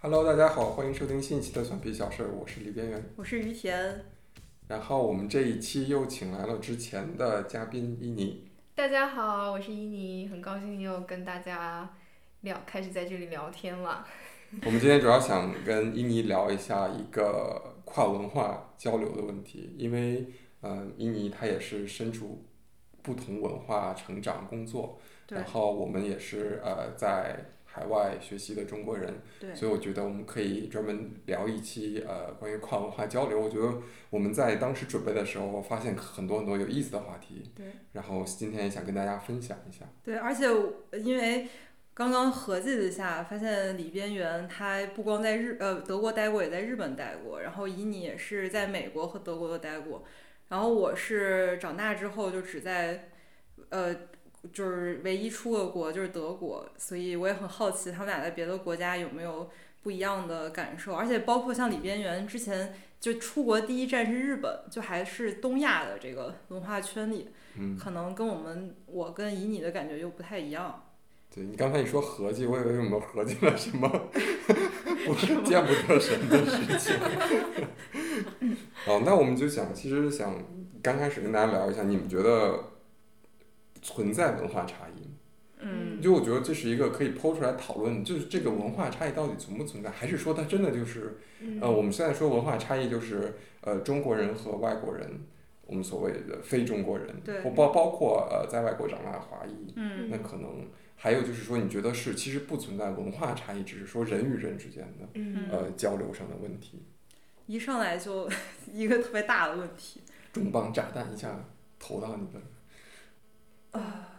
Hello，大家好，欢迎收听新一期的《蒜皮小事》，我是李边缘。我是于田。然后我们这一期又请来了之前的嘉宾伊尼。大家好，我是伊妮，很高兴又跟大家聊，开始在这里聊天了。 我们今天主要想跟伊尼聊一下一个跨文化交流的问题，因为嗯、呃伊尼他也是身处不同文化成长工作，对然后我们也是呃在海外学习的中国人，对，所以我觉得我们可以专门聊一期呃关于跨文化交流。我觉得我们在当时准备的时候，发现很多很多有意思的话题。对。然后今天也想跟大家分享一下。对，而且我因为刚刚合计了一下，发现李边缘他不光在日呃德国待过，也在日本待过，然后以你也是在美国和德国都待过，然后我是长大之后就只在呃就是唯一出过国就是德国，所以我也很好奇他们俩在别的国家有没有不一样的感受，而且包括像李边缘之前就出国第一站是日本，就还是东亚的这个文化圈里。嗯，可能跟我们我跟以你的感觉又不太一样。对你刚才一说合计，我以为我们合计了什么 不是见不得神的事情。好，那我们就想，其实想刚开始跟大家聊一下，你们觉得存在文化差异吗？嗯就我觉得这是一个可以剖出来讨论，就是这个文化差异到底存不存在，还是说它真的就是，嗯呃，我们现在说文化差异就是，呃，中国人和外国人，我们所谓的非中国人，对或包包括呃在外国长大的华裔，嗯那可能还有就是说，你觉得是其实不存在文化差异，只是说人与人之间的嗯呃交流上的问题，一上来就 一个特别大的问题重磅炸弹一下投到你的，啊，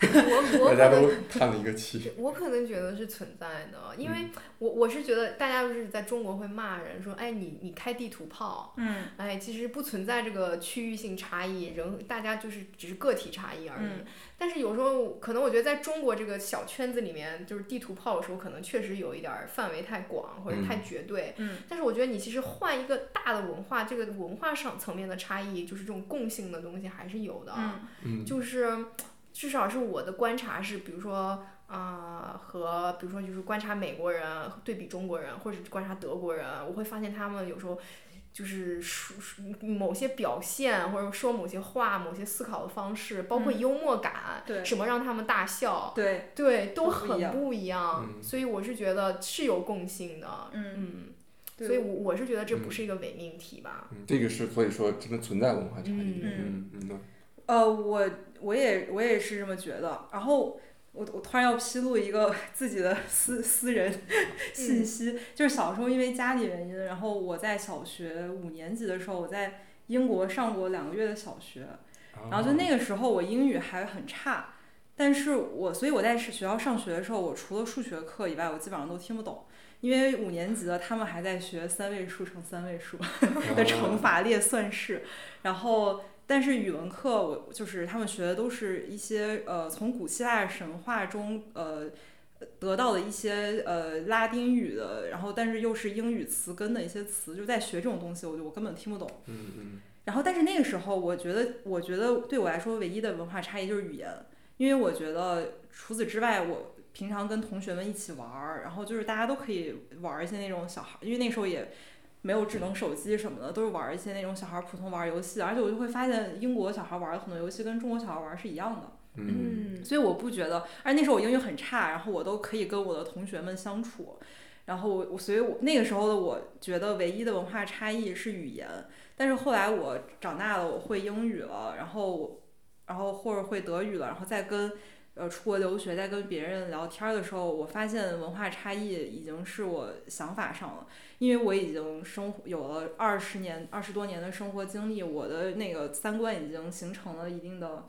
我大我可家能都 叹了一个气。我可能觉得是存在的，因嗯为我我是觉得大家就是在中国会骂人说，哎你你开地图炮，嗯哎其实不存在这个区域性差异，人大家就是只是个体差异而已。嗯但是有时候可能我觉得在中国这个小圈子里面，就是地图炮的时候，可能确实有一点儿范围太广或者太绝对，嗯但是我觉得你其实换一个大的文化，这个文化上层面的差异，就是这种共性的东西还是有的。嗯嗯就是至少是我的观察是，比如说啊、呃和比如说就是观察美国人对比中国人，或者是观察德国人，我会发现他们有时候。就是说说某些表现，或者说某些话、某些思考的方式，包括嗯幽默感，对什么让他们大笑，对，对，都都不一很样不一样。嗯所以我是觉得是有共性的，嗯嗯。对所以我我是觉得这嗯不是一个伪命题吧。嗯，这个是所以说真的存在文化差异。嗯嗯嗯，对。呃我我也我也是这么觉得，然后。我我突然要披露一个 自己的私私人 信息，就是小时候因为家里原因，然后我在小学五年级的时候，我在英国上过两个月的小学，哦然后就那个时候我英语还很差，但是我所以我在学校上学的时候，我除了数学课以外，我基本上都听不懂，因为五年级的他们还在学三位数乘三位数 啊的乘法列算式，然后。但是语文课我就是他们学的都是一些呃从古希腊神话中呃得到的一些呃拉丁语的，然后但是又是英语词根的一些词，就在学这种东西，我就我根本听不懂。嗯嗯然后，但是那个时候，我觉得，我觉得对我来说，唯一的文化差异就是语言，因为我觉得除此之外，我平常跟同学们一起玩儿，然后就是大家都可以玩儿一些那种小孩，因为那时候也没有智能手机什么的，都是玩儿一些那种小孩儿普通玩儿游戏，而且我就会发现英国小孩儿玩儿的很多游戏跟中国小孩儿玩儿是一样的。嗯所以我不觉得，而且那时候我英语很差，然后我都可以跟我的同学们相处，然后我我所以我那个时候的我觉得唯一的文化差异是语言，但是后来我长大了，我会英语了，然后我然后或者会德语了，然后再跟呃出国留学，再跟别人聊天儿的时候，我发现文化差异已经是我想法上了，因为我已经生活有了二十年二十多年的生活经历，我的那个三观已经形成了一定的。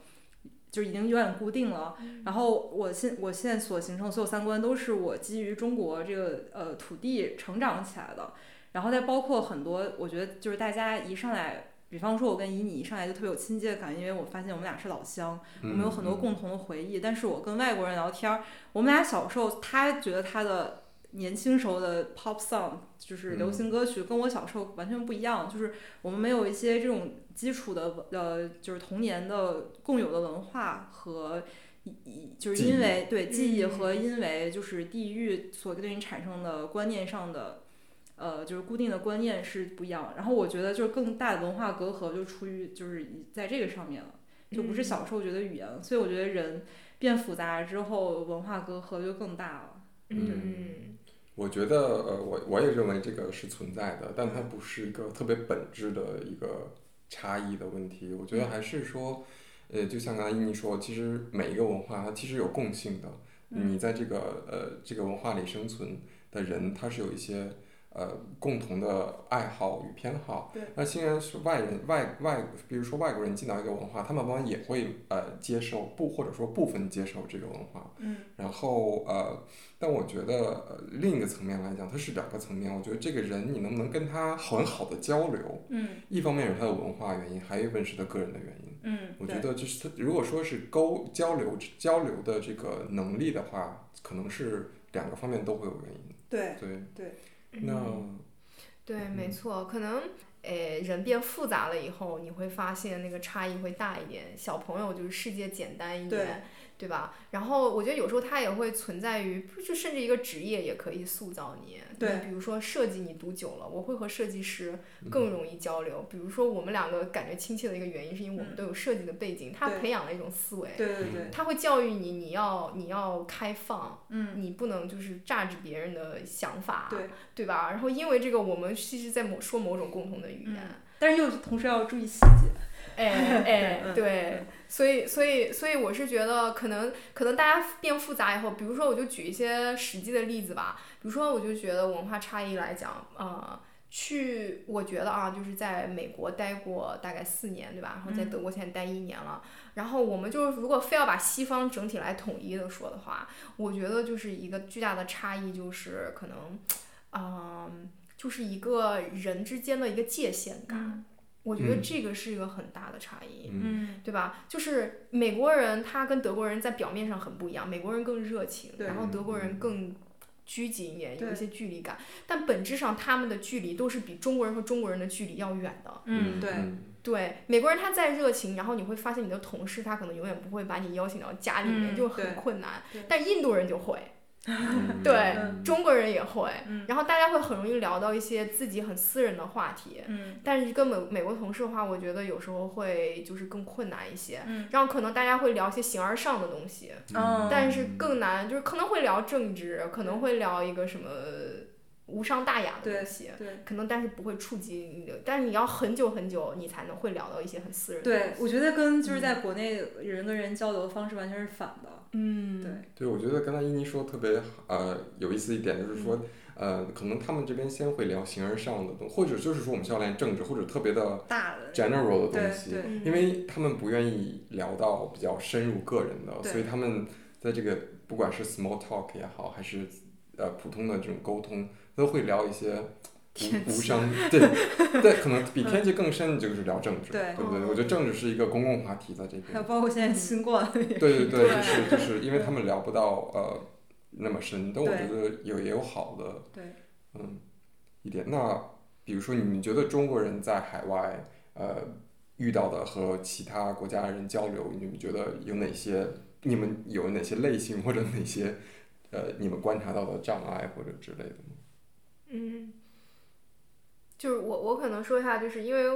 就已经有点固定了，然后我现我现在所形成的所有三观都是我基于中国这个呃土地成长起来的，然后再包括很多，我觉得就是大家一上来，比方说我跟以你一上来就特别有亲切感，因为我发现我们俩是老乡，嗯我们有很多共同的回忆。但是我跟外国人聊天儿，我们俩小时候，他觉得他的年轻时候的 pop song 就是流嗯行歌曲，跟我小时候完全不一样。就是我们没有一些这种基础的呃，就是童年的共有的文化和以就是记忆因为对记忆嗯和因为就是地域所对你产生的观念上的。呃，就是固定的观念是不一样，然后我觉得就是更大的文化隔阂就出于就是以在这个上面了，就不是嗯小时候觉得语言，所以我觉得人变复杂之后，文化隔阂就更大了。嗯我觉得，呃，我我也认为这个是存在的，但它不是一个特别本质的一个差异的问题。我觉得还是说，呃，就像刚才一妮说，其实每一个文化它其实有共性的。嗯你在这个呃这个文化里生存的人，他是有一些呃共同的爱好与偏好对。那既然是外人外外，比如说外国人进到一个文化，他们往往也会呃接受部或者说部分接受这个文化。嗯然后呃，但我觉得、呃、另一个层面来讲，它是两个层面。我觉得这个人你能不能跟他很好的交流，嗯一方面是他的文化原因，还有一部分是他个人的原因。嗯，我觉对得就是他如果说是沟交流交流的这个能力的话，可能是两个方面都会有原因。对对，嗯，那对，没嗯错，可能诶人变复杂了以后，你会发现那个差异会大一点。小朋友就是世界简单一对点，对吧？然后我觉得有时候它也会存在于，不就甚至一个职业也可以塑造你。对嗯比如说设计，你读久了，我会和设计师更容易交流。比如说我们两个感觉亲切的一个原因，是因为我们嗯都有设计的背景，他对培养了一种思维。对对对，他会教育你，你要你要开放，嗯你不能就是榨制别人的想法，对，对吧？然后因为这个，我们其实在某说某种共同的语言，嗯但是又同时要注意细节。 哎哎，嗯对，所以所以所以我是觉得，可能可能大家变复杂以后，比如说我就举一些实际的例子吧，比如说我就觉得文化差异来讲，呃。去，我觉得啊，就是在美国待过大概四年，对吧？然后在嗯德国现在待一年了。然后我们就是，如果非要把西方整体来统一的说的话，我觉得就是一个巨大的差异，就是可能，嗯、就是一个人之间的一个界限感。我觉得嗯这个是一个很大的差异，嗯嗯对吧？就是美国人他跟德国人在表面上很不一样，美国人更热情，对然后德国人更拘谨一点，有对一些距离感，但本质上他们的距离都是比中国人和中国人的距离要远的。嗯，对，嗯对，美国人他再热情，然后你会发现你的同事他可能永远不会把你邀请到家里嗯面，就对很困难对。但印度人就会，嗯对嗯中国人也会，嗯然后大家会很容易聊到一些自己很私人的话题。嗯但是跟美美国同事的话，我觉得有时候会就是更困难一些，嗯然后可能大家会聊一些形而上的东西，嗯但是更难就是可能会聊政治，可能会聊一个什么无伤大雅的东西，对可能但是不会触及你的，但是你要很久很久你才能会聊到一些很私人的对东，西。我觉得跟就是在国内人跟人交流的方式完全是反的。嗯，对，对，我觉得刚才印尼说特别呃有意思一点，就是说嗯呃，可能他们这边先会聊形而上的东或者就是说我们教练政治或者特别的大的 general 的嗯对东西，对，嗯因为他们不愿意聊到比较深入个人的，对所以他们在这个不管是 small talk 也好，还是呃普通的这种沟通，都会聊一些天无无气伤 对对，可能比天气更深的就是聊政治，嗯对嗯不对？哦我觉得政治是一个公共话题在这还有边，包括现在新冠，对对 对，对就是就是因为他们聊不到呃那么深，但我对觉得有也有好的，对，嗯，一点。那比如说，你们觉得中国人在海外呃遇到的和其他国家人交流，你们觉得有哪些？你们有哪些类型或者哪些呃你们观察到的障碍或者之类的吗？嗯，就是我我可能说一下，就是因为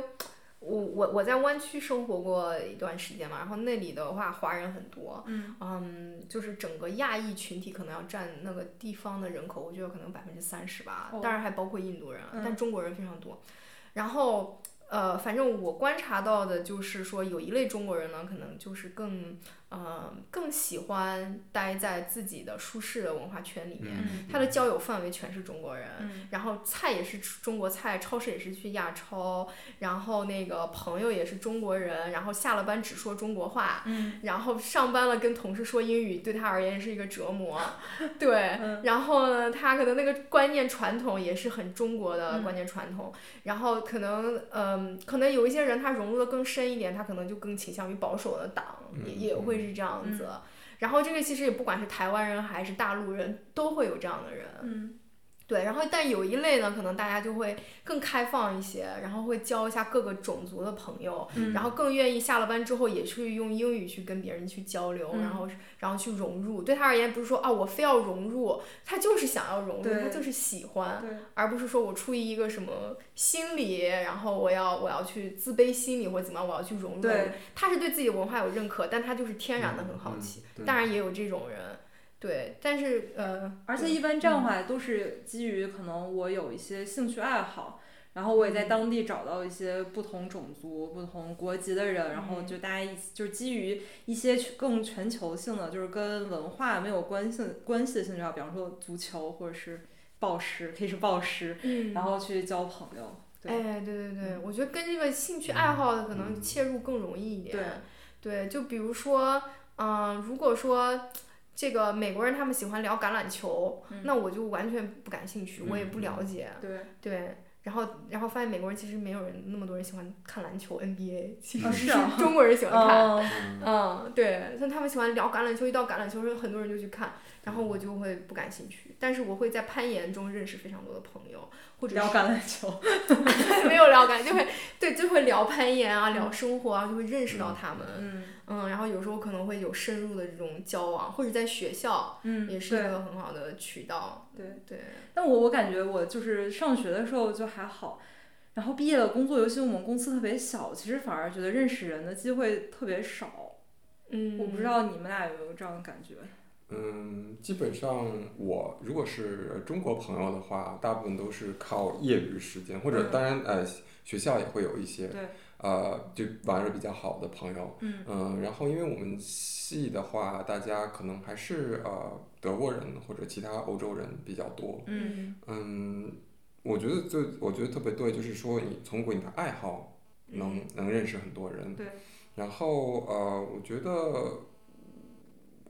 我我我在湾区生活过一段时间嘛，然后那里的话华人很多，嗯嗯，就是整个亚裔群体可能要占那个地方的人口，我觉得可能百分之三十吧，哦当然还包括印度人，啊嗯但中国人非常多。然后呃，反正我观察到的就是说，有一类中国人呢，可能就是更呃更喜欢待在自己的舒适的文化圈里面，嗯他的交友范围全是中国人。嗯然后菜也是吃中国菜，超市也是去亚超，然后那个朋友也是中国人，然后下了班只说中国话，嗯然后上班了跟同事说英语，对他而言是一个折 磨，对，嗯然后呢，他可能那个观念传统也是很中国的嗯观念传统，然后可能嗯、可能有一些人他融入的更深一点，他可能就更倾向于保守的党，也也会是这样嗯子。然后这个其实也不管是台湾人还是大陆人，都会有这样的人。嗯对，然后但有一类呢，可能大家就会更开放一些，然后会交一下各个种族的朋友，嗯然后更愿意下了班之后也去用英语去跟别人去交流，嗯然后然后去融入。对他而言，不是说啊我非要融入，他就是想要融入，对他就是喜欢，对，而不是说我出于一个什么心理，然后我要我要去自卑心理或者怎么样，我要去融入。对，他是对自己的文化有认可，但他就是天然的很好奇。嗯对当然也有这种人，对，但是呃，而且一般这样的话都是基于可能我有一些兴趣爱好，然后我也在嗯当地找到一些不同种族、不同国籍的人，然后就嗯大家一起就是基于一些全更全球性的，就是跟文化没有关系关系的兴趣爱好，比方说足球或者是暴食，可以是暴食，嗯然后去交朋友。对哎，对对对，嗯我觉得跟这个兴趣爱好可能嗯切入更容易一点。对对，就比如说，嗯、如果说这个美国人他们喜欢聊橄榄球，嗯那我就完全不感兴趣，我也不了解。对，对，然后然后发现美国人其实没有人那么多人喜欢看篮球 NBA，其啊实是啊中国人喜欢看。嗯，嗯嗯，对，像他们喜欢聊橄榄球，一到橄榄球，很多人就去看，然后我就会不感兴趣。但是我会在攀岩中认识非常多的朋友，或者聊橄榄球，是 没有聊感，就会对就会聊攀岩啊，聊生活啊，就会认识到他们。嗯嗯，然后有时候可能会有深入的这种交往，或者在学校嗯，也是一对个很好的渠道。对。对，但我我感觉我就是上学的时候就还好，然后毕业了工作，尤其我们公司特别小，其实反而觉得认识人的机会特别少。嗯，我不知道你们俩有没有这样的感觉？嗯，基本上我如果是中国朋友的话，大部分都是靠业余时间，或者嗯当然呃学校也会有一些对，呃就玩的比较好的朋友，嗯嗯，然后因为我们系的话，大家可能还是呃德国人或者其他欧洲人比较多，嗯嗯，我觉得最我觉得特别对，就是说你通过你的爱好能能认识很多人，对，然后呃，我觉得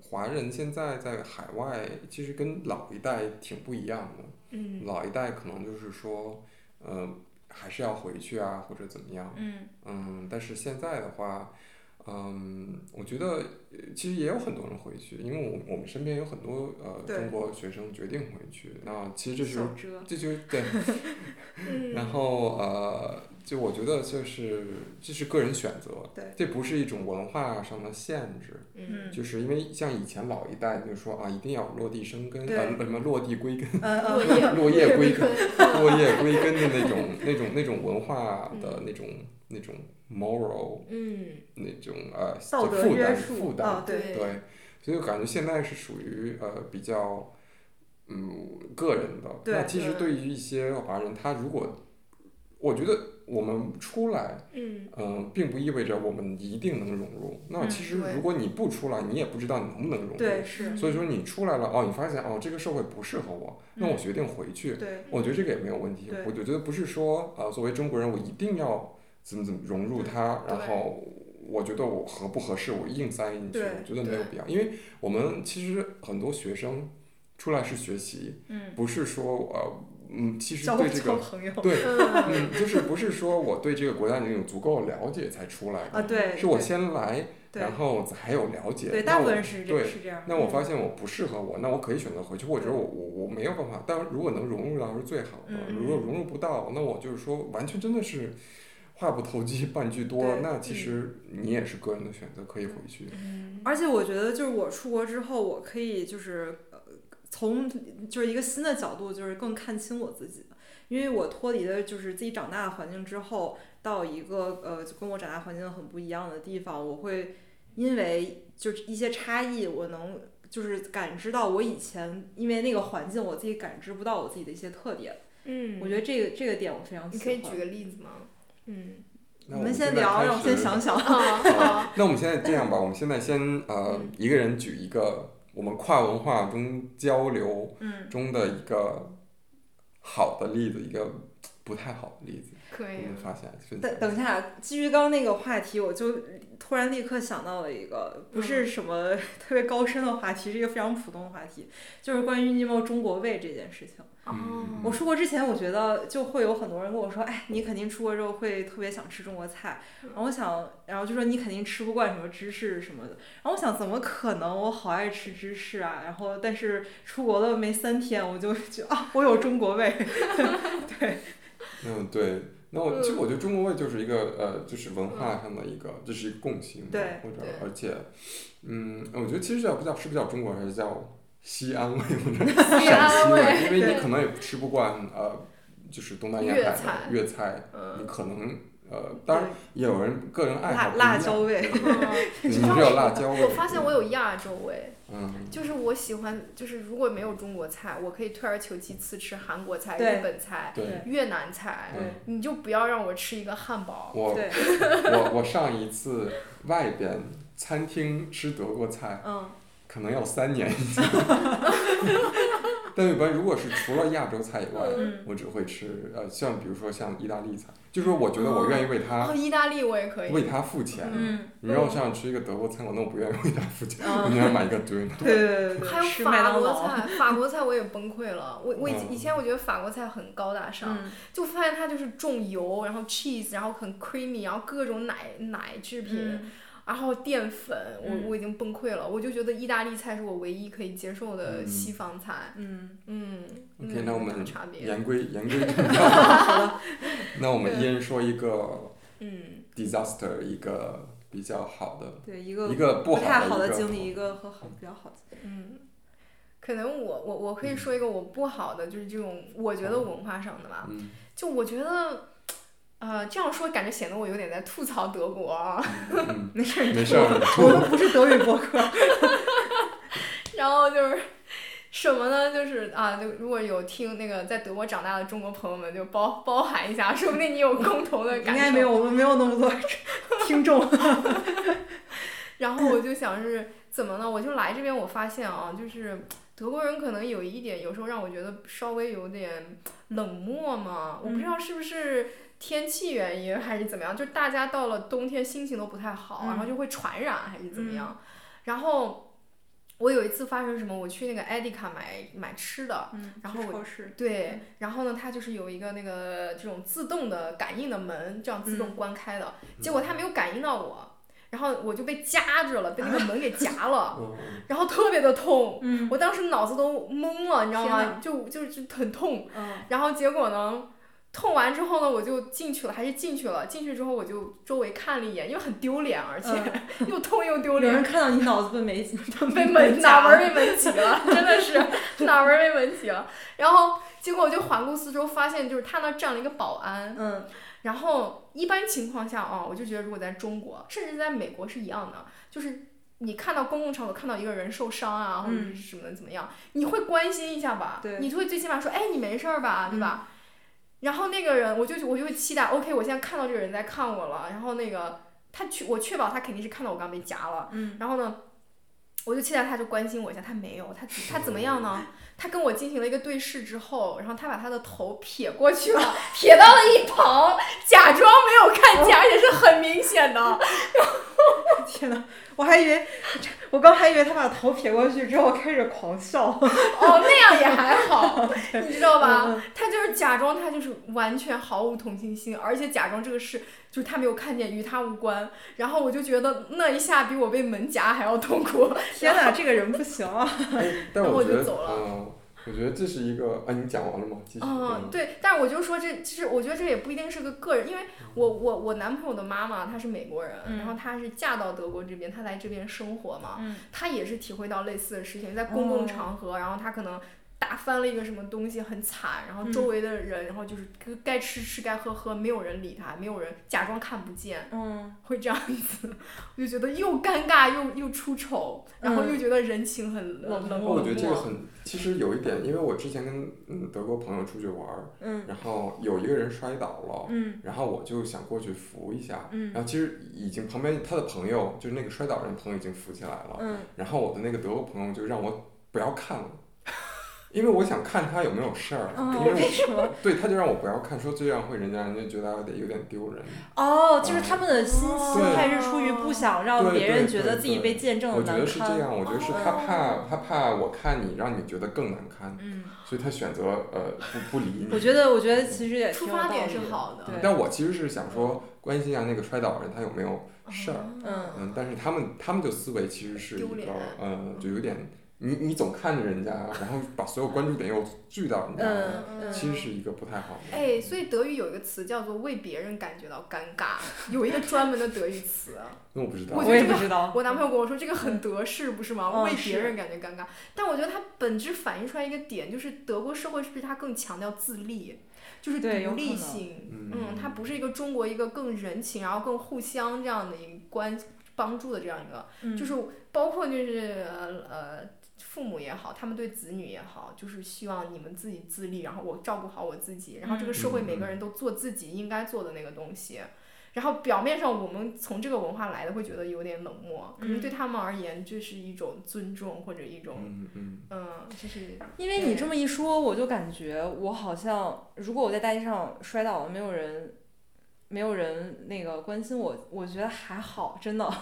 华人现在在海外其实跟老一代挺不一样的，嗯，老一代可能就是说，呃，还是要回去啊或者怎么样，嗯嗯，但是现在的话，嗯，我觉得呃其实也有很多人回去，因为我我们身边有很多呃对中国学生决定回去，那其实这就是小 遮，这就是对，嗯然后呃，就我觉得就是这是个人选择，对，这不是一种文化上的限制，嗯，就是因为像以前老一代就说啊，一定要落地生根，对呃，什么落地归根，嗯落嗯，叶落叶归根根， 落叶归根的那种 那种那种文化的那种嗯那种 moral 嗯，那种呃道就德负约担束负担啊，对，对，所以我感觉现在是属于呃比较嗯个人的。对那其实嗯对于一些华人，他如果我觉得我们出来，嗯，嗯、并不意味着我们一定能融入。那嗯其实对如果你不出来，你也不知道你能不能融入。对是，所以说你出来了哦，你发现哦这个社会不适合我，那我嗯决定回去。对我觉得这个也没有问题对。我就觉得不是说啊、呃作为中国人我一定要怎么怎么融嗯入他，对然后我觉得我合不合适我硬塞进去，对我觉得没有必要。因为我们其实很多学生出来是学习，嗯，不是说呃嗯，其实交对这交个朋友对。嗯嗯， 就是不是说我对这个国家已经有足够的了解才出来啊，的，对，是我对先来，对然后才有了解。对，那大部我分人是嗯这对是这样，那我发现我不适合我，那我可以选择回去，或者我我我没有办法。但如果能融入到是最好的，嗯如果融入不到，那我就是说完全真的是话不投机半句多对。嗯那其实你也是个人的选择，可以回去。嗯而且我觉得，就是我出国之后，我可以就是呃，从就是一个新的角度，就是更看清我自己。因为我脱离了就是自己长大的环境之后，到一个呃跟我长大环境很不一样的地方，我会因为就是一些差异，我能就是感知到我以前因为那个环境我自己感知不到我自己的一些特点。嗯，我觉得这个这个点我非常喜你欢。可以举个例 子吗？嗯，那你我们先现在聊，开让我先始想想。啊啊， 那我们现在这样吧，我们现在先 呃嗯一个人举一个我们跨文化中交流嗯中的一个好的例子，一个不太好的例子，可我以们，发现分等等一下，基于刚刚那个话题，我就突然立刻想到了一个，不是什么特别高深的话题，是一个非常普通的话题，就是关于你有没有中国胃这件事情。哦嗯我出国之前，我觉得就会有很多人跟我说，哎，你肯定出国之后会特别想吃中国菜。然后我想，然后就说你肯定吃不惯什么芝士什么的。然后我想，怎么可能？我好爱吃芝士啊！然后但是出国了没三天，我就觉得啊，我有中国胃。嗯，对。那我其实嗯我觉得中国味就是一个呃，就是文化上的一个，这是一个共性嘛，对或者对而且，嗯，我觉得其实叫不叫是不叫中国还是叫西安味或者西陕安西味，味，因为对你可能也吃不惯呃，就是东南沿粤海的菜粤菜，嗯你，可能呃，当然也有人个人爱好辣不一辣样椒味，对你没有辣椒味，哦我发现我有亚洲味，嗯，就是我喜欢，就是如果没有中国菜，我可以退而求其次吃韩国菜、对日本菜、对，越南菜，嗯，你就不要让我吃一个汉堡。我对，我我上一次外边餐厅吃德国菜，嗯，可能要三年以 前。但一般如果是除了亚洲菜以外，嗯我只会吃呃，像比如说像意大利菜，就说我觉得我愿意为哦，他意大利我也可为以。他付钱。嗯，你让我想吃一个德国餐馆，那我不愿意为他付钱，嗯 我宁愿买一个 döner。对对对对还有对，吃麦法当国劳。菜，法国菜我也崩溃了。我我以嗯以前我觉得法国菜很高大上，嗯，就发现它就是重油，然后 cheese，然后很 creamy，然后各种奶奶制品，嗯，然后淀粉，嗯我我已经崩溃了。我就觉得意大利菜是我唯一可以接受的嗯西方菜。嗯，嗯， OK，嗯那我没们啥差别。言归言归正传， 那我们一人说一个嗯 disaster，一个比较好的，对，一个一个不不太好好的一的个经历，一个和好比较好的 经历。嗯，可能我我我可以说一个我不好的，就是这种我觉得文化上的吧。嗯，就我觉得，呃，这样说感觉显得我有点在吐槽德国啊。 嗯， 没事儿，没事儿，我们不是德语博客。然后就是什么呢？就是啊，就如果有听那个在德国长大的中国朋友们，就包包含一下，说不定你有共同的应感受。该没有，我们没有那么 多听众。然后我就想是怎么了？我就来这边，我发现啊，就是德国人可能有一点，有时候让我觉得稍微有点冷漠嘛。我不知道是不是天气原因还是怎么样，就是大家到了冬天心情都不太好，嗯然后就会传染还是怎么样。然后我有一次发生什么，我去那个艾迪卡买买吃的。 嗯然后我超市，嗯对，然后呢，它就是有一个那个这种自动的感应的门，这样自动关开的。结果它没有感应到我，然后我就被夹着了，被那个门给夹了，嗯 然后特别的痛。嗯我当时脑子都懵了，你知道天吗哪？就就就很痛。嗯然后结果呢，痛完之后呢，我就进去了，还是进去了。进去之后我就周围看了一眼，因为很丢脸，而且、 又痛又丢呃有人脸，看到你脑子被没被门哪门儿被门挤了， 真的是哪门儿被门挤了。然后结果我就环顾四周，发现就是他那儿站了一个保安， 嗯然后一般情况下啊，我就觉得如果在中国，甚至在美国是一样的，就是你看到公共场所看到一个人受伤啊，或者是嗯什么怎么样，你会关心一下吧？对嗯你就会最起码说，哎，你没事儿吧，对吧？然后那个人，我就我就会期待，OK，我现在看到这个人在看我了，然后那个他确我确保他肯定是看到我刚被夹了，嗯然后呢，我就期待他就关心我一下，他没有，他他怎么样呢？ 他跟我进行了一个对视之后，然后他把他的头撇过去 了，撇到了一旁，假装没有看哦见，而且是很明显的。天哪！我还以为，我刚还以为他把头撇过去之后开始狂笑，哦，那样也还 好，你知道吧？嗯？他就是假装他就是完全毫无同情心，而且假装这个事就是他没有看见，与他无关。然后我就觉得那一下比我被门夹还要痛苦。天哪，这个人不行啊！哎， 但然后我我觉就得，走了嗯，我觉得这是一个啊，你讲完了吗？继续。嗯，，对，但是我就说这，其实我觉得这也不一定是个个人，因嗯为我我我男朋友的妈妈她是美国人，嗯然后她是嫁到德国这边，她来这边生活嘛，嗯她也是体会到类似的事情，在公共哦场合，然后她可能打翻了一个什么东西，很惨，然后嗯周围的人，然后就是该该吃吃，该喝喝，没有人理她，没有人假装看不见，嗯，会这样子，我就觉得又尴尬又又出丑，然后嗯又觉得人情很冷冷漠我觉得这个漠很，其实有一点，因为我之前跟嗯德国朋友出去玩儿，嗯然后有一个人摔倒了，嗯然后我就想过去扶一下，嗯然后其实已经旁边他的朋友，就是那个摔倒人朋友已经扶起来了，嗯，然后我的那个德国朋友就让我不要看了，因为我想看他有没有事儿，嗯因为哦，为我什么？对他就让我不要看，说这样会人家人家觉得得有点丢人。哦，就是他们的心哦心态是出于不想让对别对人对觉得自己对被见证我的觉难得是这堪。样，我觉得是他怕他怕我看你，让你觉得更难堪，嗯，所以他选择呃不不理我你。嗯觉得，我觉得其实也出挺有发道点理是的好的对，但我其实是想说关心一下那个摔倒人他有没有事儿，哦嗯嗯，但是他们他们的思维其实是一丢个脸呃，就有点你你总看着人家，然后把所有关注点又聚到人家，嗯嗯，其实是一个不太好的。哎，所以德语有一个词叫做为别人感觉到尴尬，有一个专门的德语词。那我不知道，我觉我得也这不个知道。我男朋友跟我说这个很德式，不是吗？嗯为哦是别人感觉尴尬，但我觉得它本质反映出来一个点，就是德国社会是不是它更强调自立，就是对有独立可能性。嗯嗯，它不是一个中国一个更人情，然后更互相这样的一个关帮助的这样一个，嗯就是包括就是呃呃父母也好，他们对子女也好，就是希望你们自己自立，然后我照顾好我自己，然后这个社会嗯每个人都做自己应该做的那个东西。然后表面上我们从这个文化来的，会觉得有点冷漠，可是嗯对他们而言，这是一种尊重或者一种嗯嗯，嗯，就是因为你这么一说，我就感觉我好像，如果我在大街上摔倒了，没有人，没有人那个关心我，我觉得还好，真的。啊，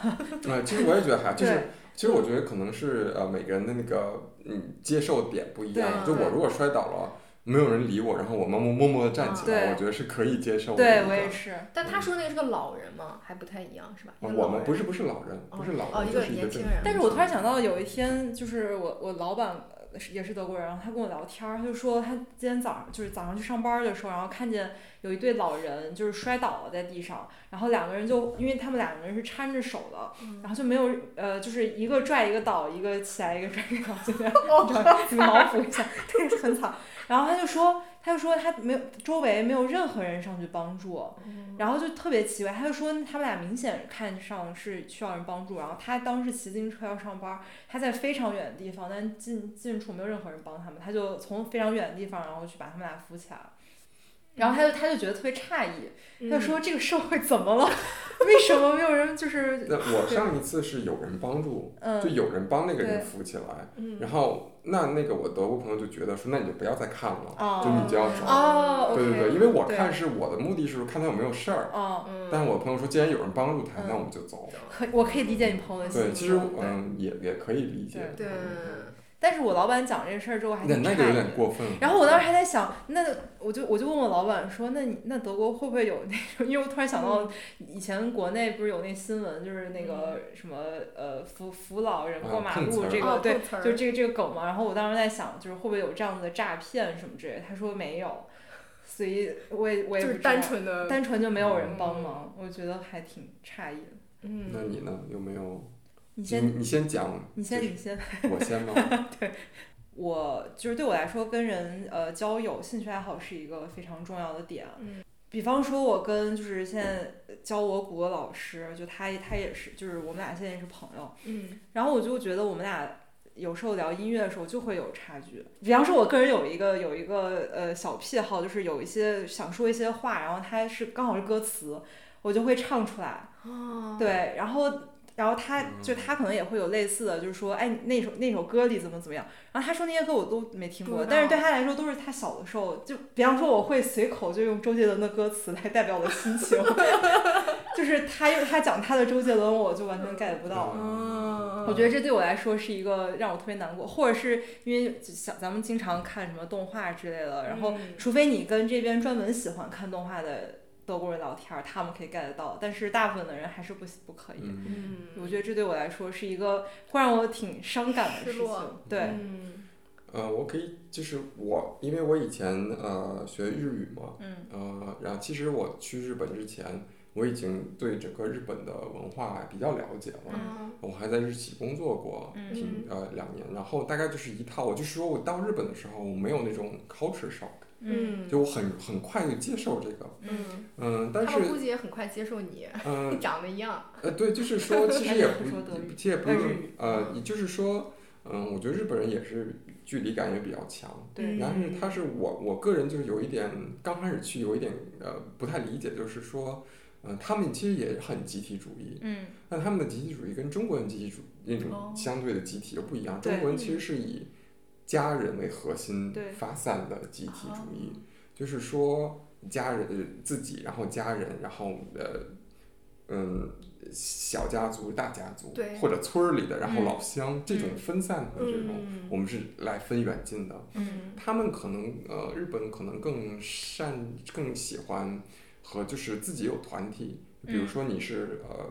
其实我也觉得还就是对。其实我觉得可能是呃每个人的那个嗯接受点不一样，就对我如果摔倒了，没有人理我，然后我默默默默的站起来，对我觉得是可以接受的一嗯对个。我也是，但他说那个是个老人嘛，还不太一样，是吧？嗯啊一个我老们人不是不是老人，不是老哦人，一就个是一年个正常轻人嗯但是我突然想到，有一天就是我我老板呃是也是德国人，然后他跟我聊天儿，他就说他今天早上就是早上去上班儿的时候，然后看见有一对老人就是摔倒了在地上，然后两个人就因为他们两个人是搀着手的，嗯然后就没有呃就是一个拽一个倒，一个起来一个拽一个倒，就这样哦你知道吗你们脑补一下， 对，很惨。然后他就说他就说他没有周围没有任何人上去帮助，嗯然后就特别奇怪，他就说他们俩明显看上是需要人帮助，然后他当时骑自行车要上班儿，他在非常远的地方，但近近处没有任何人帮他们，他就从非常远的地方，然后去把他们俩扶起来了。然后他就他就觉得特别诧异， 他说这个社会怎么了？ 为什么没有人就是那 我上一次是有人帮助，就嗯有人帮那个对人扶起来，嗯然后那那个我德国朋友就觉得说，那你就不要再看了，哦就你就嗯要走。哦对对对， ，OK，因为我对看是我的目的是看他有没有事儿，哦，嗯但我朋友说既然有人帮助他，嗯那我们就走。可我可以理解你朋友的心对，情，其实对嗯也也可以理解。对，嗯但是我老板讲这事儿之后我还那挺那诧个有异的点。过分了。然后我当时还在想，那我就我就问我老板说，那你那德国会不会有那种？ 因为我突然想嗯到以前国内不是有那新闻，就是那个什么呃扶扶老人过啊马碰瓷路儿这个嗯哦对碰，瓷儿就这个这个梗嘛。然后我当时在想，就是会不会有这样子的诈骗什么之类的？他说没有，所以我也我也就不是知道单纯嗯的单纯就没有人帮忙，我觉得还挺诧异的。嗯那你呢？有没有？你你先，你先讲，你先，就是你先。我先吗？我就是对我来说，跟人呃交友、兴趣爱好是一个非常重要的点。啊嗯比方说，我跟就是现在教我鼓的老师，就他他也是，就是我们俩现在是朋友。嗯然后我就觉得我们俩有时候聊音乐的时候就会有差距。比方说，我个人有一个有一个呃小癖好，就是有一些想说一些话，然后他是刚好是歌词，我就会唱出来。哦对，然后然后他就他可能也会有类似的，就是说，哎，那首那首歌里怎么怎么样，然后他说那些歌我都没听不过，知但是对道他来说都是他小的时候，就比方说我会随口就用周杰伦的歌词来代表我的心情， 就是他用他讲他的周杰伦，我就完全 get 不到。嗯我觉得这对我来说是一个让我特别难过，或者是因为像咱们经常看什么动画之类的，然后嗯除非你跟这边专门喜欢看动画的德国人聊天儿，他们可以 get 到，但是大部分的人还是不不可以。嗯，嗯我觉得这对我来说是一个会让我挺伤感的事失落情。对，嗯呃，我可以，就是我，因为我以前呃学日语嘛，嗯呃，然后其实我去日本之前，我已经对整个日本的文化比较了解了，啊我还在日企工作过，嗯挺呃两年，然后大概就是一套，我就是说我到日本的时候，我没有那种 culture shock，嗯就我很很快就接受这个，嗯，嗯，嗯，但他们估是计也很快接受你，嗯、你 长得一样，呃，对，就是说，其还实 是也不说德语不，其实也不是呃说日语，呃，也就是说，嗯，我觉得日本人也是距离感也比较强。对然后是他是我我个人就是有一点，刚开始去有一点呃不太理解，就是说，嗯、他们其实也很集体主义，嗯但他们的集体主义跟中国人集体主义那哦种相对的集体又不一样。对中国人其实是以家人为核心对发散的集体主义，就是说家人呃自己，然后家人，然后呃嗯小家族、大家族对，或者村儿里的，然后嗯老乡、这种嗯分散的这种，嗯我们是来分远近的。嗯他们可能呃，日本可能更善更喜欢和就是自己有团体，比嗯如说你是、呃，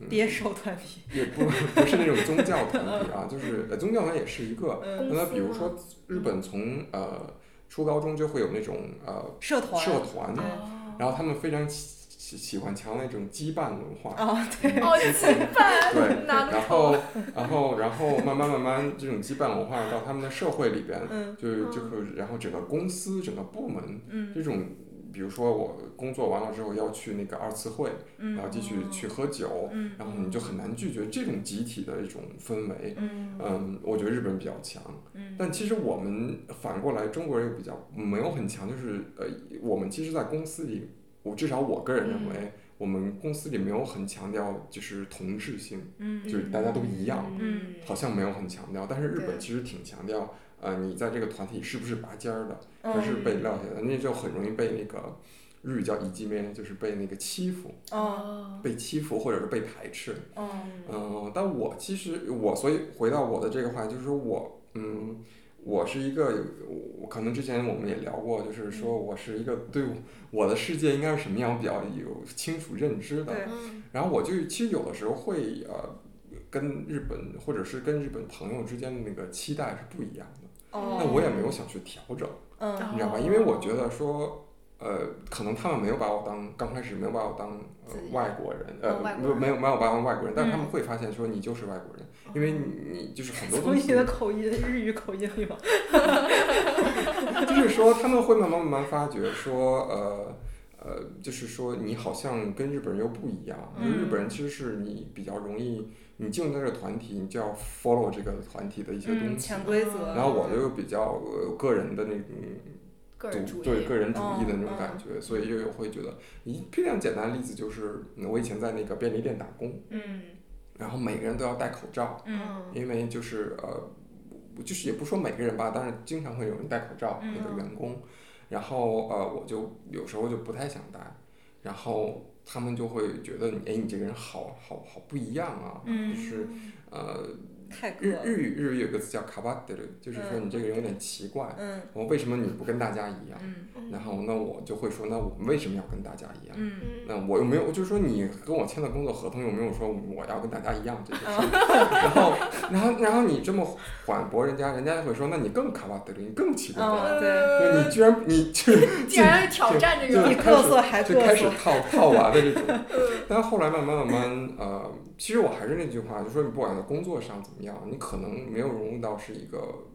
嗯别手团体，也不不是那种宗教团体啊，就是呃宗教团也是一个。嗯，公那司比如吗说日本从呃初高中就会有那种呃社团，社团，对哦然后他们非常喜喜喜欢强调那种羁绊文化。哦，对，哦，羁绊， 对，难然后，嗯然后，然后慢慢慢慢，这种羁绊文化到他们的社会里边，嗯就就会，然后整个公司、整个部门嗯这种，比如说我工作完了之后要去那个二次会，然后嗯继续去喝酒，嗯然后你就很难拒绝这种集体的一种氛围。嗯嗯，我觉得日本比较强，嗯，但其实我们反过来，中国人又比较没有很强，就是呃，我们其实，在公司里，我至少我个人认为，我们公司里没有很强调就是同质性，嗯就是大家都一样，嗯好像没有很强调，但是日对本其实挺强调，呃，你在这个团体是不是拔尖儿的。它嗯是被撂下的，那就很容易被那个日语叫以及面，就是被那个欺负，哦被欺负或者是被排斥。哦嗯、但我其实我所以回到我的这个话，就是说我嗯，我是一个，我可能之前我们也聊过，就是说我是一个对我我的世界应该是什么样比较有清楚认知的。对嗯然后我就其实有的时候会呃。跟日本或者是跟日本朋友之间的那个期待是不一样的，哦，那我也没有想去调整，嗯你知道吧？哦因为我觉得说，呃，可能他们没有把我当刚开始没有把我当、呃自己、人外国人，哦外呃，国人没有没有把我当外国人，但是他们嗯会发现说你就是外国人，因哦为你你就是很多从东你西，的口音，日语口音里吗？就是说他们会慢慢慢慢发觉说，呃。呃，就是说你好像跟日本人又不一样，嗯就日本人其实是你比较容易，你进入这个团体，你就要 follow 这个团体的一些嗯，东西。潜规则。然后我就比较呃个人的那种个人独主义，对个人主义的嗯那种感觉，所以又有会觉得，一非常简单的例子就是，嗯我以前在那个便利店打工，嗯然后每个人都要戴口罩，嗯因为就是呃，我就是也不说每个人吧，但是经常会有人戴口罩嗯那个员工，然后呃我就有时候就不太想戴，然后他们就会觉得你哎你这个人好好好不一样啊，嗯就是呃太日苛了。日语日语有个词叫卡巴德鲁，就是说嗯你这个人有点奇怪，嗯我为什么你不跟大家一样？嗯然后那我就会说，那我们为什么要跟大家一样？嗯那我又没有，就是说你跟我签的工作合同有没有说我要跟大家一样这件事？ 然后，然后，然后你这么反驳人家，人家会说，那你更卡哇德里，你更奇怪了，嗯那你居然你就竟然挑战这就比个，是各色还就开各始色。套套娃的这种。 但后来慢慢慢慢，呃，其实我还是那句话，就说你不管在工作上怎么样，你可能没有融入到是一个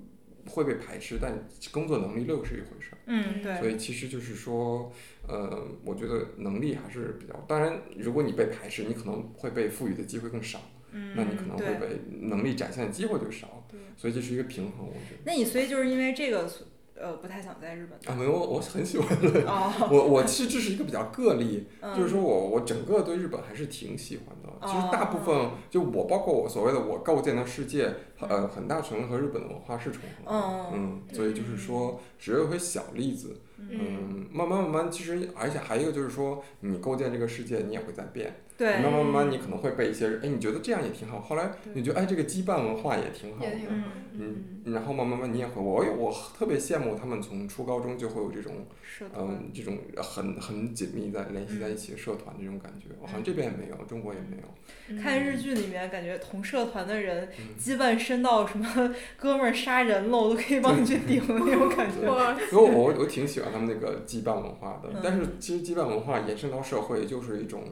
会被排斥，但工作能力又是一回事儿。嗯，所对。以其实就是说，呃，我觉得能力还是比较，当然，如果你被排斥，你可能会被赋予的机会更少，嗯，那你可能会对。被能力展现的机会就少，所以这是一个平衡，我觉得。那你所以就是因为这个，呃，不太想在日本。啊，没有，我我很喜欢的，哦，我我其实这是一个比较个例，嗯就是说我我整个对日本还是挺喜欢的。其实大部分哦就我包括我所谓的我构建的世界，呃，很大程度和日本的文化是重合哦的，嗯，所以就是说只有一些小例子，嗯，慢慢慢慢，其实而且还有一个就是说，你构建这个世界，你也会在变。对慢，慢慢慢，你可能会被一些人，哎，你觉得这样也挺好。后来对你觉得，哎，这个羁绊文化也挺好也的。挺嗯好，嗯，然后慢慢慢，你也会，我我特别羡慕他们从初高中就会有这种，是的。嗯，这种很很紧密在联系在一起的社团这种感觉。好像这边也没有，中国也没有。嗯看日剧里面，感觉同社团的人羁绊深到什么哥们儿杀人了，我都可以帮你去顶的那种感觉。哇， 所以我我挺喜欢他们那个羁绊文化的嗯，但是其实羁绊文化延伸到社会就是一种。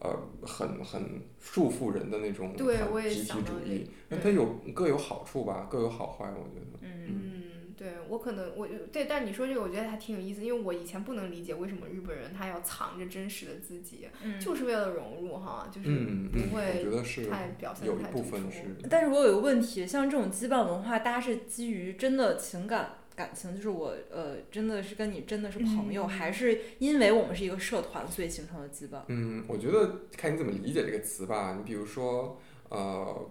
呃，很很束缚人的那种对很我也集体想到主这义个，那对它有各有好处吧，各有好坏，我觉得。嗯嗯，对我可能我对，但你说这个我觉得还挺有意思，因为我以前不能理解为什么日本人他要藏着真实的自己，嗯，就是为了融入哈，就是嗯嗯，不我会觉得是太表现有一太部突分出。是，但是我有一个问题，像这种羁绊文化，大家是基于真的情感感情，就是我呃真的是跟你真的是朋友，嗯还是因为我们是一个社团，所以形成的羁绊？嗯，我觉得看你怎么理解这个词吧。你比如说，呃，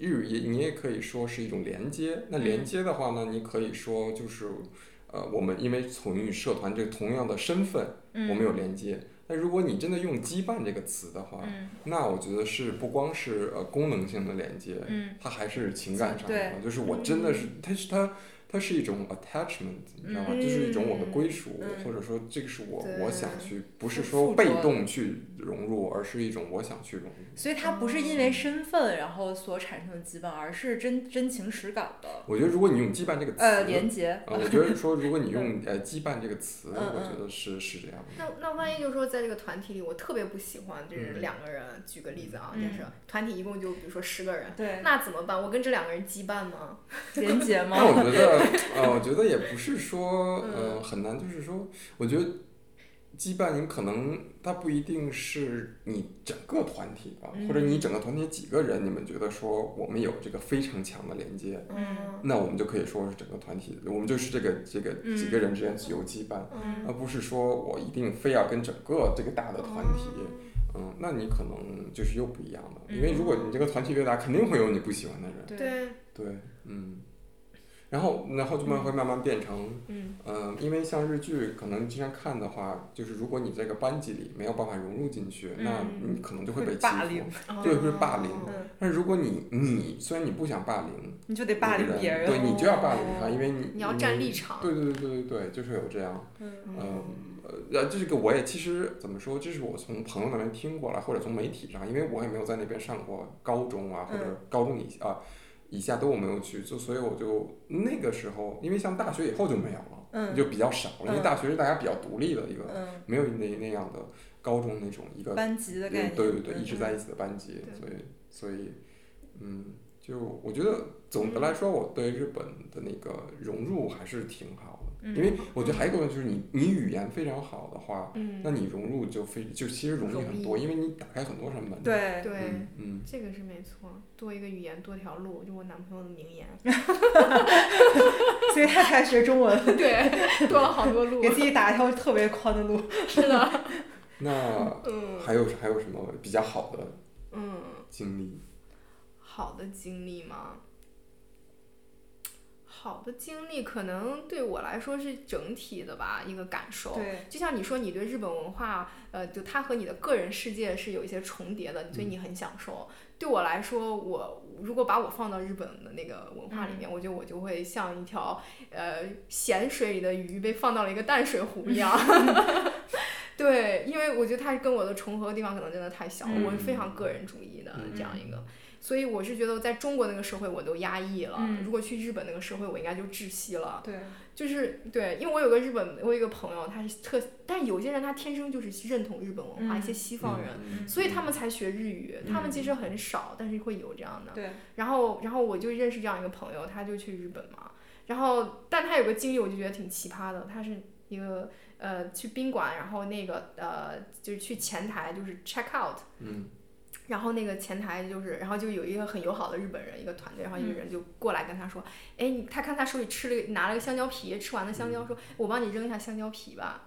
日语也你也可以说是一种连接。那嗯连接的话呢，你可以说就是呃，我们因为从与社团这个同样的身份，嗯我们有连接。那如果你真的用“羁绊”这个词的话，嗯那我觉得是不光是呃功能性的连接，嗯它还是情感上对嗯的，就是我真的是，它是它它是一种 attachment，你知道吗？嗯就是一种我的归属，嗯或者说这个是我对我想去，不是附说着被动去融入，而是一种我想去融入。所以它不是因为身份然后所产生的羁绊，而是真真情实感的我觉得如果你用“羁绊”这个词，呃连接。啊，我觉得说如果你用呃“羁绊”这个词，嗯我嗯觉得是是这样的。那那万一就是说，在这个团体里，我特别不喜欢就是嗯两个人。举个例子啊，就嗯是团体一共就比如说十个人，对，那怎么办？我跟这两个人羁绊吗？连接但我吗？觉得，呃，我觉得也不是说，呃，很难，就是说，我觉得羁绊你可能它不一定是你整个团体吧，或者你整个团体几个人，你们觉得说我们有这个非常强的连接，嗯那我们就可以说是整个团体，我们就是这个这个几个人之间有羁绊，嗯而不是说我一定非要跟整个这个大哦的团体。哦嗯，那你可能就是又不一样了，因为如果你这个团体越大，肯定会有你不喜欢的人。对，对，对，嗯，然后然后就慢会慢慢变成，嗯嗯、因为像日剧，可能经常看的话，就是如果你这个班级里没有办法融入进去，那你可能就被会欺霸负凌。对，会霸凌哦。嗯但如果你你虽然你不想霸凌你就得霸凌那个别人。对你就要霸凌他，哦因为你你要站立。场。对对对对对对，就是有这样，嗯嗯，呃，这个我也其实怎么说，这是我从朋友那边听过来，或者从媒体上，因为我也没有在那边上过高中啊，或嗯者高中以下啊以下都我没有去，就所以我就那个时候，因为像大学以后就没有了，嗯就比较少了，因为嗯大学是大家比较独立的一个，嗯，没有那那样的高中那种一个，班级的概对对念。对，嗯一直在一起的班级，对所以所以嗯，就我觉得总嗯的来说，我对日本的那个融入还是挺好的。嗯因为我觉得还有一个问题就是你，你语言非常好的话，嗯那你融入就非就其实容易很多，容易因为你打开很多扇门。，对对。嗯嗯，这个是没错，多一个语言多条路，就我男朋友的名言。所以他才学中文， 对，多了好多路给自己打一条特别宽的路。是的。那 嗯还有还有什么比较好的嗯，经历？好的经历吗？好的经历可能对我来说是整体的吧，一个感受。对，就像你说，你对日本文化，呃，就它和你的个人世界是有一些重叠的，所以嗯你很享受。对我来说，我如果把我放到日本的那个文化里嗯面，我觉得我就会像一条呃咸水里的鱼被放到了一个淡水湖一样。嗯 对，因为我觉得它跟我的重合的地方可能真的太小了，嗯我是非常个人主义的嗯这样一个。所以我是觉得，在中国那个社会我都压抑了，嗯如果去日本那个社会，我应该就窒息了。对，就是对，因为我有个日本，我有一个朋友，他是特，但有些人他天生就是认同日本文化，嗯一些西方人，嗯，嗯所以他们才学日语。他们嗯其实很少，但是会有这样的。对，然后，然后我就认识这样一个朋友，他就去日本嘛。然后，但他有个经历，我就觉得挺奇葩的。他是一个呃，去宾馆，然后那个呃，就是去前台，就是 check out，嗯然后那个前台就是，然后就有一个很友好的日本人，一个团队，然后一嗯个人就过来跟他说，哎、你他看他手里吃了一个拿了个香蕉皮，吃完了香蕉，嗯说我帮你扔一下香蕉皮吧。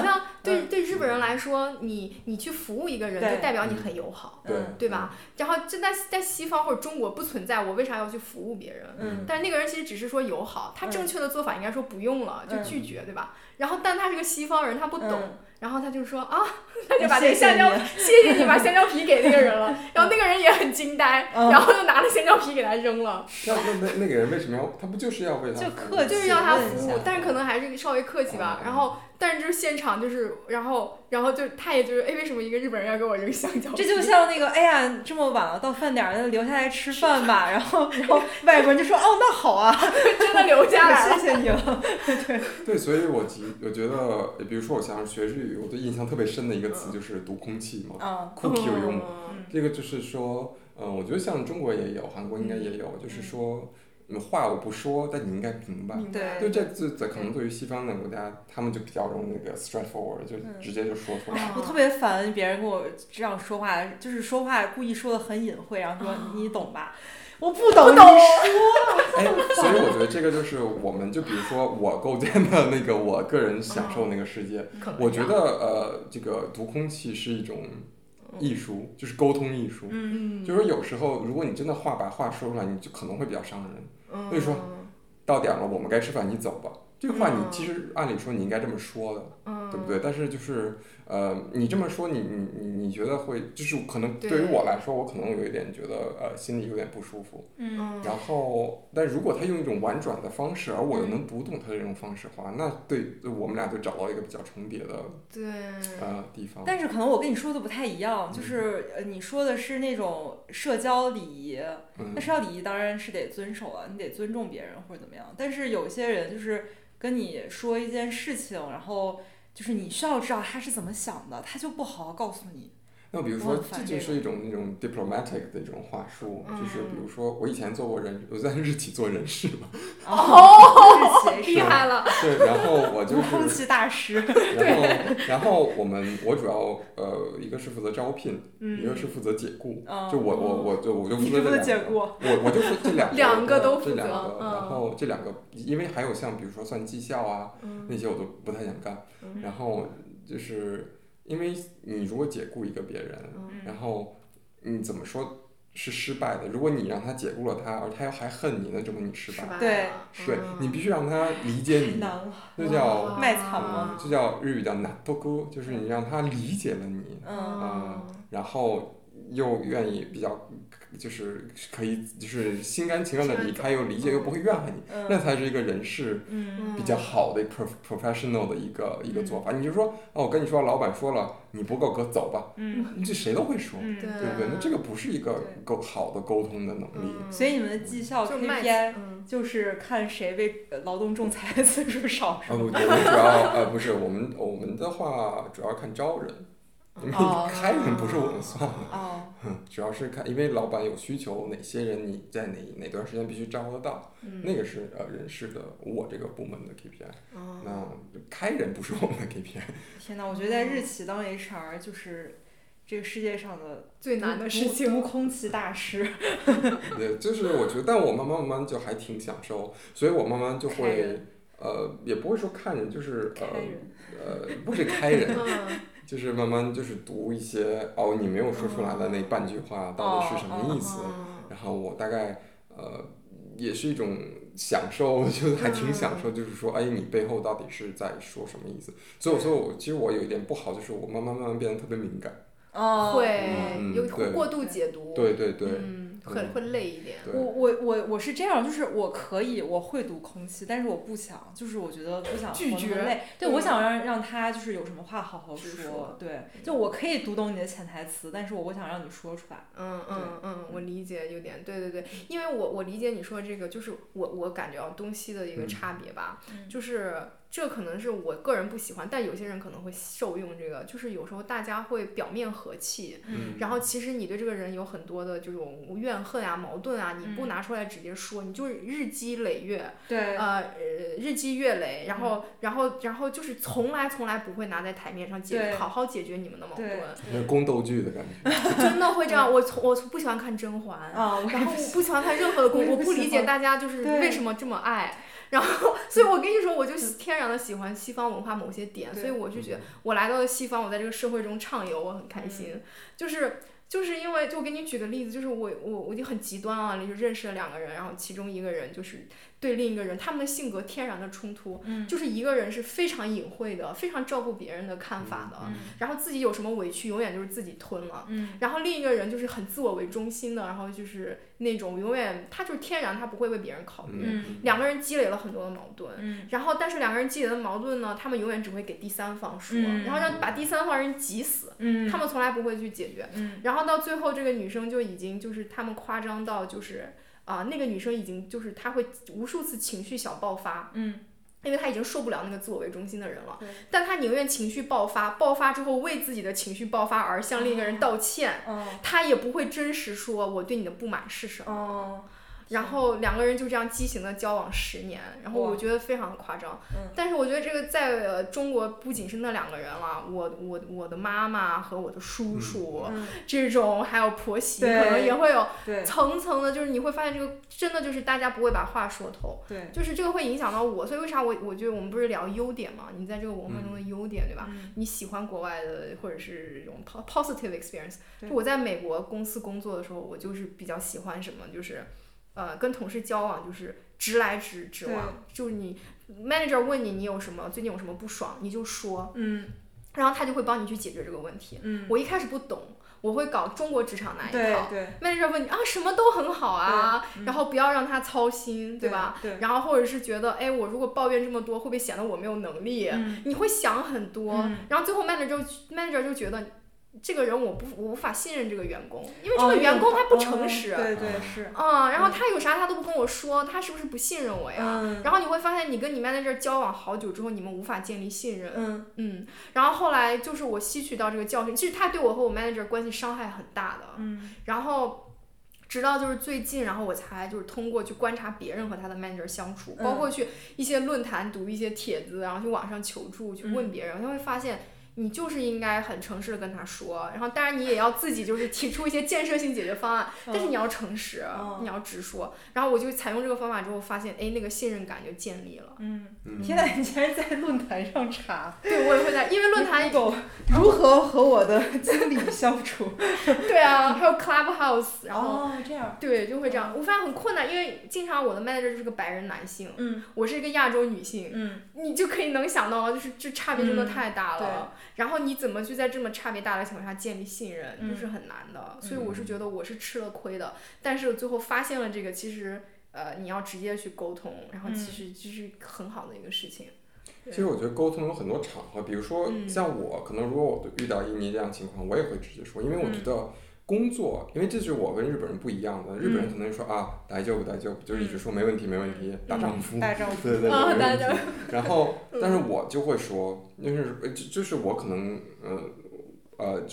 像对对日本人来说，你你去服务一个嗯人，对就代表你很友好，对嗯对吧？然后这在在西方或者中国不存在，我为啥要去服务别人？嗯但那个人其实只是说友好，他嗯正确的做法应该说不用了，就嗯拒绝，对吧？然后，但他是个西方人，他不懂，嗯然后他就说啊， 他就把那谢谢个香蕉，你谢谢你把香蕉皮给那个人 了。然后那个人也很惊呆，嗯然后就拿了香蕉皮给他扔了，那嗯那那那个人为什么要？他不就是要为他就服务客气就是让他服问一务下，但是可能还是稍微客气吧。嗯然后，但是就是现场就是，然后，然后就他也就是，哎，为什么一个日本人要给我扔香蕉皮？ 这就像那个，哎呀，这么晚了，到饭点儿，那留下来吃饭吧。然后，然后外国人就说，哦，那好啊，真的留下来了。 谢谢你 了。对，所以我其我觉得，比如说我想学日语，我对印象特别深的一个词就是读空气嘛嗯， ，cookie 用。嗯这个就是说，嗯，我觉得像中国也有，韩国应该也有，就是说，嗯话我不说，但你应该明白。明白就这这这可能对于西方的国家，他们就比较容易那个 straightforward，就嗯直接就说出来。我哦特别烦别人跟我这样说话，就是说话故意说的很隐晦，然后说你懂吧？我啊不懂，懂你哎，所以我觉得这个就是我们就比如说我构建的那个哦我个人享受那个世界，可能我觉这样得呃，这个读空气是一种艺术，就是沟通艺术。嗯，嗯，就是说有时候如果你真的话把话说出来，你就可能会比较伤人。嗯所以说到点了，我们该吃饭，你走吧。这个话你嗯其实按理说你应该这么说的，嗯，对不对？但是就是呃，你这么说，你你你你觉得会就是可能对对于我来说，我可能有一点觉得呃心里有点不舒服。嗯，嗯？然后，但如果他用一种婉转的方式，而我嗯又能读懂他的这种方式的话，那对我们俩就找到一个比较重叠的对，呃地方。嗯但是可能我跟你说的不太一样，就是呃，你说的是那种社交礼仪，嗯那社交礼仪当然是得遵守啊了，你得尊重别人或者怎么样。但是有些人就是跟你说一件事情，然后就是你需要知道他是怎么想的，他就不好好告诉你。那比如我说很，这烦就这是一种那种 diplomatic 的一种话术，就是嗯比如说，我以前做过人，我在日企做人事 嘛，然后日企哦厉害了，对，然后我就无是，空气大师，然后然后我们我主要呃一个是负责招聘，一个是负责解雇，嗯，就我我我就我就负你是责这不是两解个，雇？我我就负这两两个个我都这负两责个，然嗯后这两个，因为还有像比如说算绩效啊嗯那些我都不太想干，嗯然后就是因为你如果解雇一个别人，嗯然后你怎么说是失败的？如果你让他解雇了他，而他又还恨你，那证明你失败。吧？对对嗯你必须让他理解太你，难了，那叫呃哇卖惨啊吗这叫日语叫纳豆哥，就是你让他理解了你，嗯，嗯然后又愿意比较，就是可以就是心甘情愿的离开，又理解又不会怨恨你，那嗯才是一个人事嗯比较好的 pro professional 的一个一个做法。你就说哦，我跟你说，老板说了你不够格走吧，嗯这谁都会说。嗯，对对不对？那这个不是一个对沟好的沟通的能力。嗯所以你们的绩效就卖 KPI 嗯就是看谁被呃劳动仲裁的次数少，是啊，我我吗？们主要呃不是我们我们的话主要看招人，因为 哦 开人不是我们算的，哦，主要是看因为老板有需求，哪些人你在哪哪段时间必须招得到，嗯嗯那个是呃人事的我这个部门的 KPI。哦那开人不是我们的 KPI，天哪！我觉得在日企当 HR 就是这个世界上的最无难的事无无情，空气大 师。对， 就是我觉得，但我慢慢慢慢就还挺享受，所以我慢慢就开会人呃也不会说看人，就是呃开人呃不是开人， 嗯就是慢慢就是读一些哦，你没有说出来的那半句 话到哦底是什么意思，嗯然后我大概呃也是一种享受， 就是还嗯挺享受，就是说哎，你背后到底是在说什么意思？所以我说我其实我有一点不好，就是我慢慢慢慢变得特别敏感， 哦，嗯会有对过度解读，对对对嗯，会嗯会累一点，对我，我我我是这样，就是我可以我会读空气，但是我不想，就是我觉得不想拒活那么绝累。对，嗯我想让让他就是有什么话好好直说说。嗯对，就我可以读懂你的潜台词，但是我不想让你说出来。嗯嗯嗯，我理解有点，对对对，因为我我理解你说这个，就是我我感觉啊东西的一个嗯差别吧，嗯就是这可能是我个人不喜欢，但有些人可能会受用这个，就是有时候大家会表面和气，嗯，然后其实你对这个人有很多的这种怨恨啊、矛盾啊，你不嗯拿出来直接说，你就是日积累月， 对，嗯呃呃日积月累，然后然后然后就是从来从来不会拿在台面上解对好好解决你们的矛对盾，那宫斗剧的感觉， 真的会这样，我从我从不喜欢看甄嬛。啊，我 然后我不喜欢看任何的我宫，也我不不喜理解欢大家就是对为什么这么爱。然后，所以我跟你说，我就天然的喜欢西方文化某些点，所对以我就觉得我来到了西方，我在这个社会中畅游，我很开嗯心。就是就是因为，就我给你举个例子，就是我我我就很极端啊，就认识了两个人，然后其中一个人就是对另一个人，他们的性格天然的冲突，嗯就是一个人是非常隐晦的，非常照顾别人的看法的，嗯然后自己有什么委屈，永远就是自己吞了。嗯然后另一个人就是很自我为中心的，然后就是那种永远他就是天然他不会为别人考虑，嗯两个人积累了很多的矛盾。嗯然后，但是两个人积累的矛盾呢，他们永远只会给第三方说，嗯然后让把第三方人急死，嗯他们从来不会去解决。嗯然后到最后，这个女生就已经就是他们夸张到就是啊、那个女生已经就是她会无数次情绪小爆发，嗯因为他已经受不了那个自我为中心的人了对，但他宁愿情绪爆发，爆发之后为自己的情绪爆发而啊向另一个人道歉，哦他也不会真实说我对你的不满是什么。哦，然后两个人就这样畸形的交往十年，然后哇我觉得非常夸张。嗯但是我觉得这个在呃中国不仅是那两个人了，我我我的妈妈和我的叔叔、嗯，这种，还有婆媳，可对能也会有对层层的，就是你会发现这个真的就是大家不会把话说透，对，就是这个会影响到我。所以为啥我我觉得我们不是聊优点嘛？你在这个文化中的优点，对吧？嗯你喜欢国外的，或者是这种 po- positive experience。对就我在美国公司工作的时候，我就是比较喜欢什么，就是呃，跟同事交往就是直来直直往，就是你 manager 问你你有什么最近有什么不爽，你就说，嗯然后他就会帮你去解决这个问题。嗯，我一开始不懂，我会搞中国职场那一对套。对 manager 问你啊，什么都很好啊，然后不要让他操心，对吧？？对，然后或者是觉得，哎，我如果抱怨这么多，会不会显得我没有能力？嗯你会想很多，嗯然后最后 manager 就 manager 就觉得这个人我不我无法信任这个员工，因为这哦个员工他不哦诚实，对对是，嗯，然后他有啥他都不跟我说，他是不是不信任我呀？嗯然后你会发现，你跟你 manager 交往好久之后，你们无法建立信任。嗯嗯，然后后来就是我吸取到这个教训，其实他对我和我 manager 关系伤害很大的。嗯然后直到就是最近，然后我才就是通过去观察别人和他的 manager 相处，包嗯括去一些论坛读一些帖子，然后去网上求助，去嗯问别人，他会发现。你就是应该很诚实的跟他说，然后当然你也要自己就是提出一些建设性解决方案，但嗯是你要诚实，哦你要直说。然后我就采用这个方法之后，发现哎，那个信任感就建立了。嗯，嗯天呐，你竟然在论坛上查对我也会在，因为论坛狗如何和我的经理相处，对啊，还有 Clubhouse，然后、哦这样，对就会这样。我发现很困难，因为经常我的 manager 就是个白人男性，嗯我是一个亚洲女性，嗯你就可以能想到，就是这差别真的太大了。然后你怎么去在这么差别大的情况下建立信任，嗯就是很难的。所以嗯我是觉得我是吃了亏的，但是最后发现了这个，其实呃，你要直接去沟通，然后嗯其实就是很好的一个事情。其实我觉得沟通有很多场合，比如说嗯像我，可能如果我遇到印尼这样的情况，我也会直接说，因为我觉得工作，因为这是我跟日本人不一样的，日本人可能说啊，大丈夫大丈夫，就一直说没问题没问题，大丈夫，大丈 夫，对对对，啊没大问题丈。然后，但是嗯我就会说，就是呃就就是我可能呃呃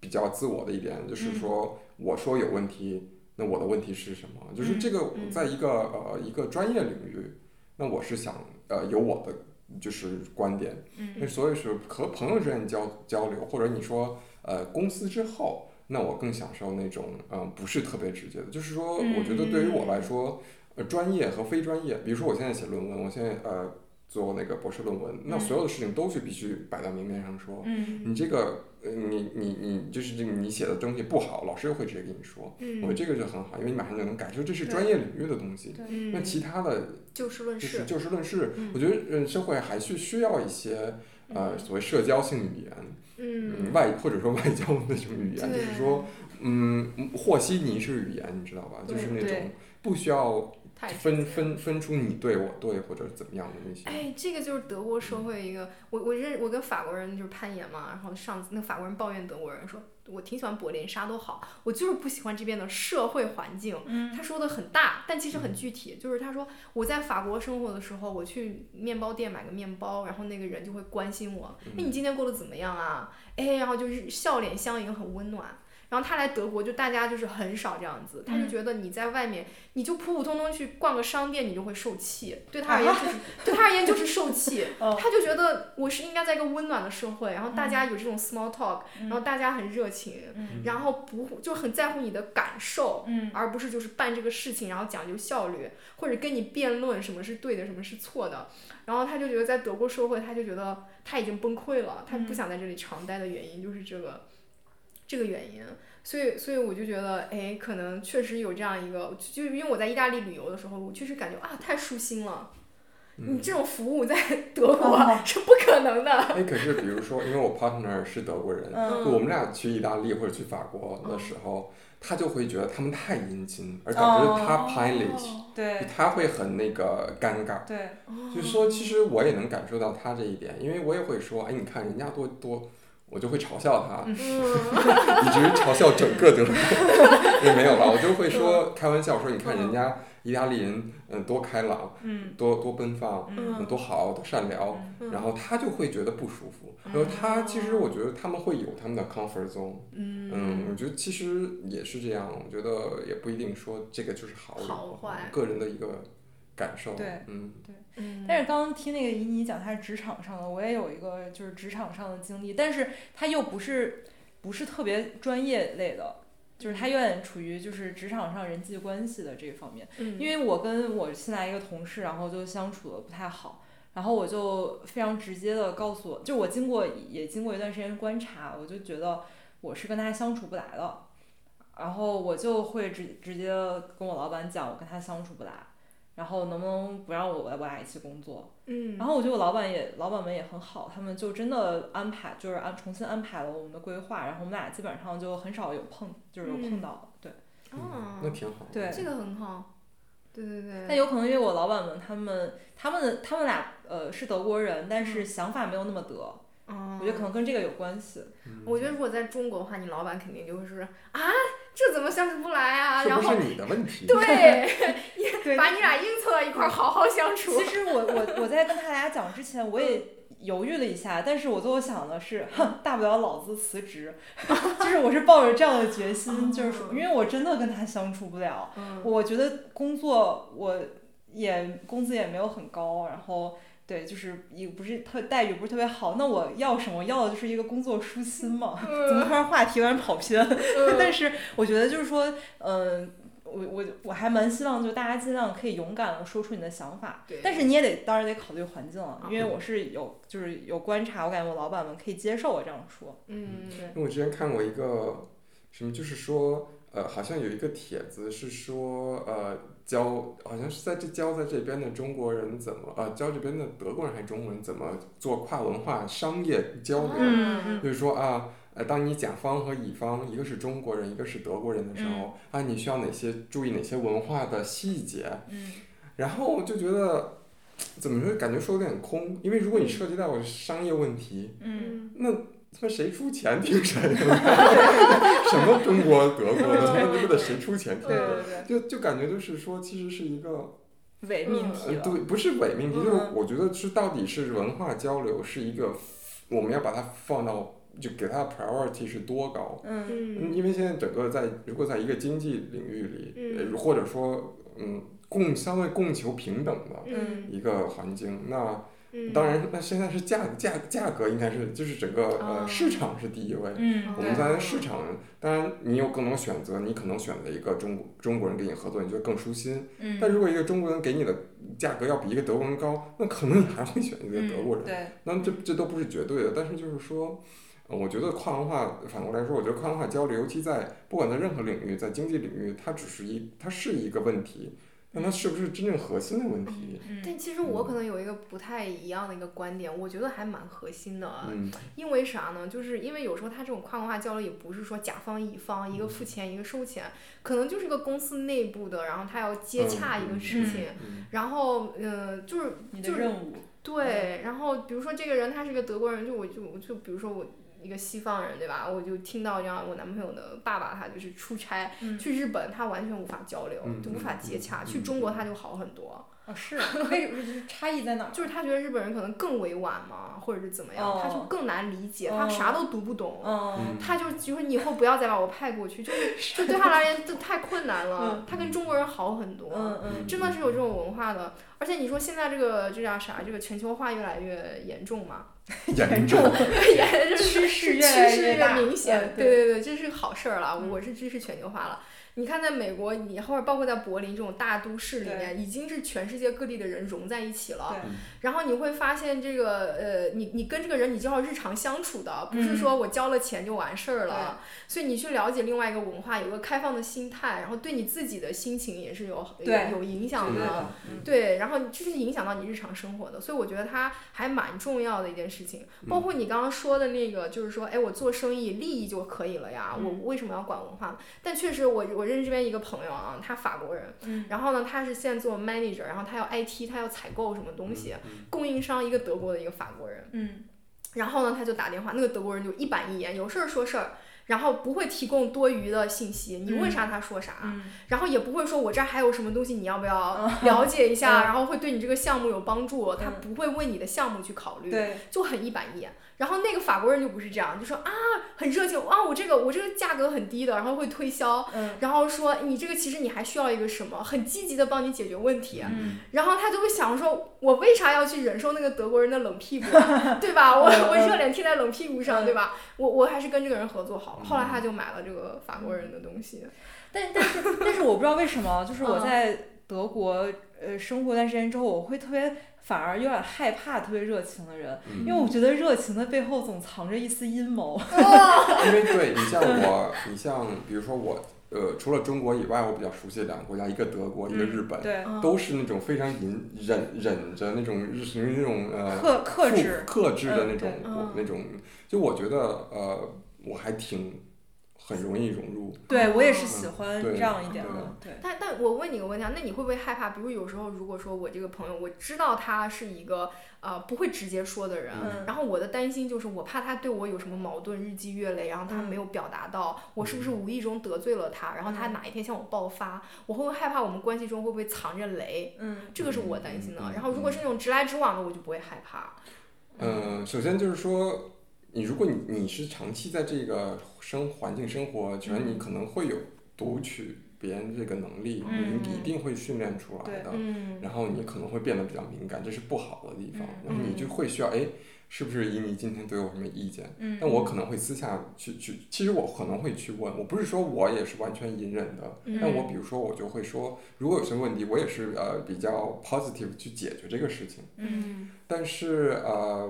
比较自我的一点，嗯就是说我说有问题，那我的问题是什么？就是这个我嗯在一个呃一个专业领域，那我是想呃有我的就是观点，那嗯所以是和朋友之间交交流，或者你说呃公司之后，那我更享受那种嗯、呃不是特别直接的，就是说嗯我觉得对于我来说，呃专业和非专业，比如说我现在写论文，我现在呃做那个博士论文，那嗯所有的事情都是必须摆到明面上说，嗯你这个呃你你你就是这个你写的东西不好，老师又会直接跟你说，我觉得嗯这个就很好，因为你马上就能改，就这是对专业领域的东西。那嗯，其他的就事论就是事。就事论事嗯，我觉得嗯，社会还是需要一些呃所谓社交性语言，嗯嗯，，外或者说外交的那种语言，就对是说嗯，和稀泥式语言，你知道吧？对就是那种对不需要太分分分出你对我对或者怎么样的那些，哎，这个就是德国社会一个，我我认我跟法国人就是攀岩嘛，然后上次那法国人抱怨德国人说，我挺喜欢柏林，啥都好，我就是不喜欢这边的社会环境。嗯他说的很大，但其实很具体，就是他说我在法国生活的时候，我去面包店买个面包，然后那个人就会关心我，哎，你今天过得怎么样啊？哎，然后就是笑脸相迎，很温暖。然后他来德国，就大家就是很少这样子，他就嗯觉得你在外面，你就普普通通去逛个商店，你就会受气，对他而言啊就是，对他而言就是受气，哦他就觉得我是应该在一个温暖的社会，然后大家有这种 small talk，、嗯然后大家很热情，嗯然后不就很在乎你的感受，嗯而不是就是办这个事情，然后讲究效率，或者跟你辩论什么是对的，什么是错的。然后他就觉得在德国社会，他就觉得他已经崩溃了，他不嗯想在这里长待的原因就是这个，这个原因。所以，所以我就觉得，哎，可能确实有这样一个，就就因为我在意大利旅游的时候，我确实感觉啊，太舒心了。你这种服 务在德国哦 是不可能的。哎，可是比如说，因为我 partner 是德国人，嗯就我们俩去意大利或者去法国的时候，他就会觉得他们太殷勤，而导致他 pilot，哦嗯对哦他会很那个尴尬。对哦就是说，其实我也能感受到他这一点，因为我也会说，哎，你看人家多多我就会嘲笑他， 以嗯，至于嘲笑整个德国， 也没有吧，我就会嗯说开玩笑说，你看人家意大利人，嗯，多开朗，嗯多多奔放，嗯多好，多善良，嗯然后他就会觉得不舒服。然后他其实我觉得他们会有他们的 comfort zone，嗯，我觉得其实也是这样，我觉得也不一定说这个就是好与好坏个人的一个感受，对，嗯，嗯但是刚刚听那个怡妮讲她是职场上的，我也有一个就是职场上的经历，但是她又不是不是特别专业类的，就是她有点处于就是职场上人际关系的这方面。嗯因为我跟我新来一个同事，然后就相处的不太好，然后我就非常直接的告诉我，就我经过也经过一段时间观察，我就觉得我是跟他相处不来的，然后我就会直直接跟我老板讲，我跟他相处不来，然后能不能不让我我俩一起工作？嗯，然后我觉得我老板也老板们也很好，他们就真的安排就是安重新安排了我们的规划，然后我们俩基本上就很少有碰，就是有碰嗯到，对。哦那挺好。对这个很好，对对对，但有可能因为我老板们他们他们的他们俩呃是德国人，但是想法没有那么德，嗯我觉得可能跟这个有关系。嗯我觉得如果在中国的话，你老板肯定就是啊，这怎么相处不来啊？是然不后是你的问题？对，对 把你俩硬凑到一块儿，好好相处其。实我我我在跟他俩讲之前，我也犹豫了一下，但是我最后想的是，哼，大不了老子辞职， 就是我是抱着这样的决心，就是说因为我真的跟他相处不了，嗯我觉得工作我也工资也没有很高，然后。对，就是也不是特待遇不是特别好，那我要什么？要的就是一个工作舒心嘛。怎么突然话题有点跑偏？嗯 呃但是我觉得就是说，嗯、我我我还蛮希望，就大家尽量可以勇敢的说出你的想法，对但是你也得当然得考虑环境了啊，因为我是有就是有观察，我感觉我老板们可以接受我这样说，嗯因为我之前看过一个什么，就是说，呃，好像有一个帖子是说，呃，教好像是在这教在这边的中国人怎么，呃，教这边的德国人还是中国人怎么做跨文化商业交流，嗯嗯就是说啊。呃，当你甲方和乙方一个是中国人，一个是德国人的时候，啊，你需要哪些注意哪些文化的细节？嗯然后我就觉得，怎么说，感觉说的有点空，因为如果你涉及到商业问题，嗯，嗯那他妈谁出钱听谁的？ 什么中国、德国的，他妈这不得谁出钱听对谁的？对对，就就感觉就是说，其实是一个伪命题呃，了，对，不是伪命题，嗯就是我觉得是到底是文化交流是一个，我们要把它放到就给它的 priority 是多高？嗯嗯嗯因为现在整个在如果在一个经济领域里，嗯呃或者说嗯供相对供求平等的嗯一个环境，那嗯，当然，那现在是价价价格应该是就是整个呃啊市场是第一位。哦嗯我对们在市场，当然你有更多选择，你可能选择一个中国中国人跟你合作，你觉得更舒心。嗯但如果一个中国人给你的价格要比一个德国人高，那可能你还会选一个德国人。嗯对，那这这都不是绝对的，但是就是说，呃我觉得跨文化反过来说，我觉得跨文化交流，尤其在不管在任何领域，在经济领域，它只是一它是一个问题，但它是不是真正核心的问题？嗯但其实我可能有一个不太一样的一个观点，我觉得还蛮核心的。啊嗯因为啥呢？就是因为有时候他这种跨文化交流也不是说甲方乙方一个嗯付钱一个收钱，可能就是一个公司内部的，然后他要接洽一个事情，嗯然后嗯、呃就是你的就是任务，对，然后比如说这个人他是个德国人，就我就我就比如说我一个西方人对吧？我就听到这样，我男朋友的爸爸他就是出差、嗯去日本，他完全无法交流，嗯就无法接洽；嗯去嗯中国他就好很多，哦 是，为就是差异在哪儿？就是他觉得日本人可能更委婉嘛，或者是怎么样，哦他就更难理解，他哦啥都读不懂。 嗯嗯 他就就说你以后不要再把我派过 去，就是就对他而言这太困难了嗯。他跟中国人好很多，嗯嗯真的是有这种文化的。而且你说现在这个这叫啥？这个全球化越来越严重嘛，严 重。 也就是趋势是越趋来势越大明显嗯。对对对，这是个好事儿了，嗯我是支持全球化了。你看，在美国，你或者包括在柏林这种大都市里面，已经是全世界各地的人融在一起了。对然后你会发现，这个呃，你你跟这个人你就要日常相处的，不嗯是说我交了钱就完事儿了。所以你去了解另外一个文化，有个开放的心态，然后对你自己的心情也是有对有有影响对的。嗯对，然后这是影响到你日常生活的，所以我觉得它还蛮重要的一件事情。包括你刚刚说的那个，就是说，哎，我做生意利益就可以了呀，嗯我为什么要管文化呢？但确实我，我认识这边一个朋友啊，他法国人，嗯然后呢，他是现在做 manager，然后他要 IT，他要采购什么东西，供应商一个德国的一个法国人，嗯然后呢，他就打电话，那个德国人就一板一眼，有事儿说事儿，然后不会提供多余的信息，你问啥他说啥，嗯然后也不会说我这儿还有什么东西你要不要了解一嗯下，然后会对你这个项目有帮助，他不会为你的项目去考 虑，对，就很一板一眼。然后那个法国人就不是这样，就说啊很热情啊，我这个我这个价格很低的，然后会推销，嗯然后说你这个其实你还需要一个什么，很积极的帮你解决问题。嗯，然后他就会想说，我为啥要去忍受那个德国人的 冷屁股啊，对吧？我嗯我热脸贴在冷屁股嗯上，对吧？我我还是跟这个人合作好了。嗯后来他就买了这个法国人的东西，但但是但是我不知道为什么，就是我嗯在德国呃生活一段时间之后，我会特别反而有点害怕特别热情的人，因为嗯我觉得热情的背后总藏着一丝阴谋。因 为对你像我，你像比如说我，呃，除了中国以外，我比较熟悉的两个国家，一个德国，一个日本，对，嗯都是那种非常隐忍忍着那种日属于那种呃克克负制，克制的那种、嗯我嗯那种。就我觉得呃，我还挺很容易融入，对我也是嗯喜欢对这样一点对啊的，对。但但我问你个问题啊，那你会不会害怕？比如有时候，如果说我这个朋友，我知道他是一个呃不会直接说的人，嗯然后我的担心就是我怕他对我有什么矛盾，日积月累，然后他嗯没有表达到，我是不是无意中得罪了他？然后他嗯哪一天向我爆发，我会不会害怕我们关系中会不会藏着雷？嗯这个是我担心的嗯嗯。嗯然后如果是那种直来直往的，我就不会害怕。嗯、首先就是说，你如果你你是长期在这个生环境生活圈，你可能会有读取别人这个能力，嗯你一定会训练出来的。嗯然后你可能会变得比较敏感，这是不好的地方。嗯然后你就会需要，哎，是不是以你今天对我有什么意见？嗯但我可能会私下去去，其实我可能会去问，我不是说我也是完全隐忍的，嗯哎但我比如说我就会说，如果有什么问题，我也是呃比较 positive 去解决这个事情。嗯但是呃，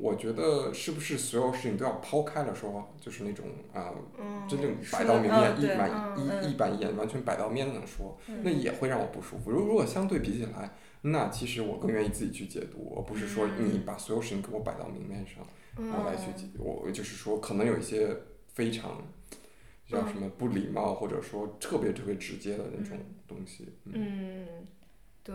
我觉得是不是所有事情都要抛开了说，就是那种啊、嗯真正说摆到明嗯面，一对板嗯一一板一眼，完全摆到面上说，那也会让我不舒服。如如果相对比起来，那其实我更愿意自己去解读，而不是说嗯你把所有事情给我摆到明面上，嗯我来去解。我就是说，可能有一些非常叫什么不礼貌，或者说特别特别直接的那种东西。嗯，嗯，对。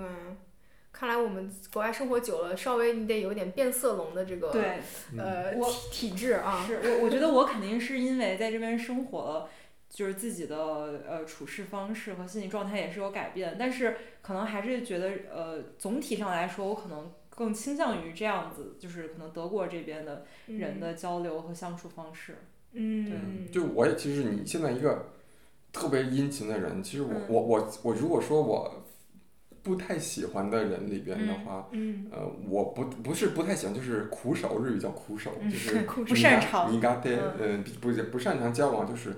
看来我们国外生活久了，稍微你得有点变色龙的这个对，嗯呃我体体质啊。是我，我觉得我肯定是因为在这边生活了，就是自己的呃处事方式和心理状态也是有改变，但是可能还是觉得呃总体上来说，我可能更倾向于这样子，就是可能德国这边的人的交流和相处方式。嗯，就我也其实你现在一个特别殷勤的人，其实我、嗯我我我如果说我不太喜欢的人里边的嗯话。嗯呃，我不不是不太喜欢，就是苦手，日语叫苦手，嗯就是苦手不擅长你嘎对，嗯呃，不不是不擅长交往，就是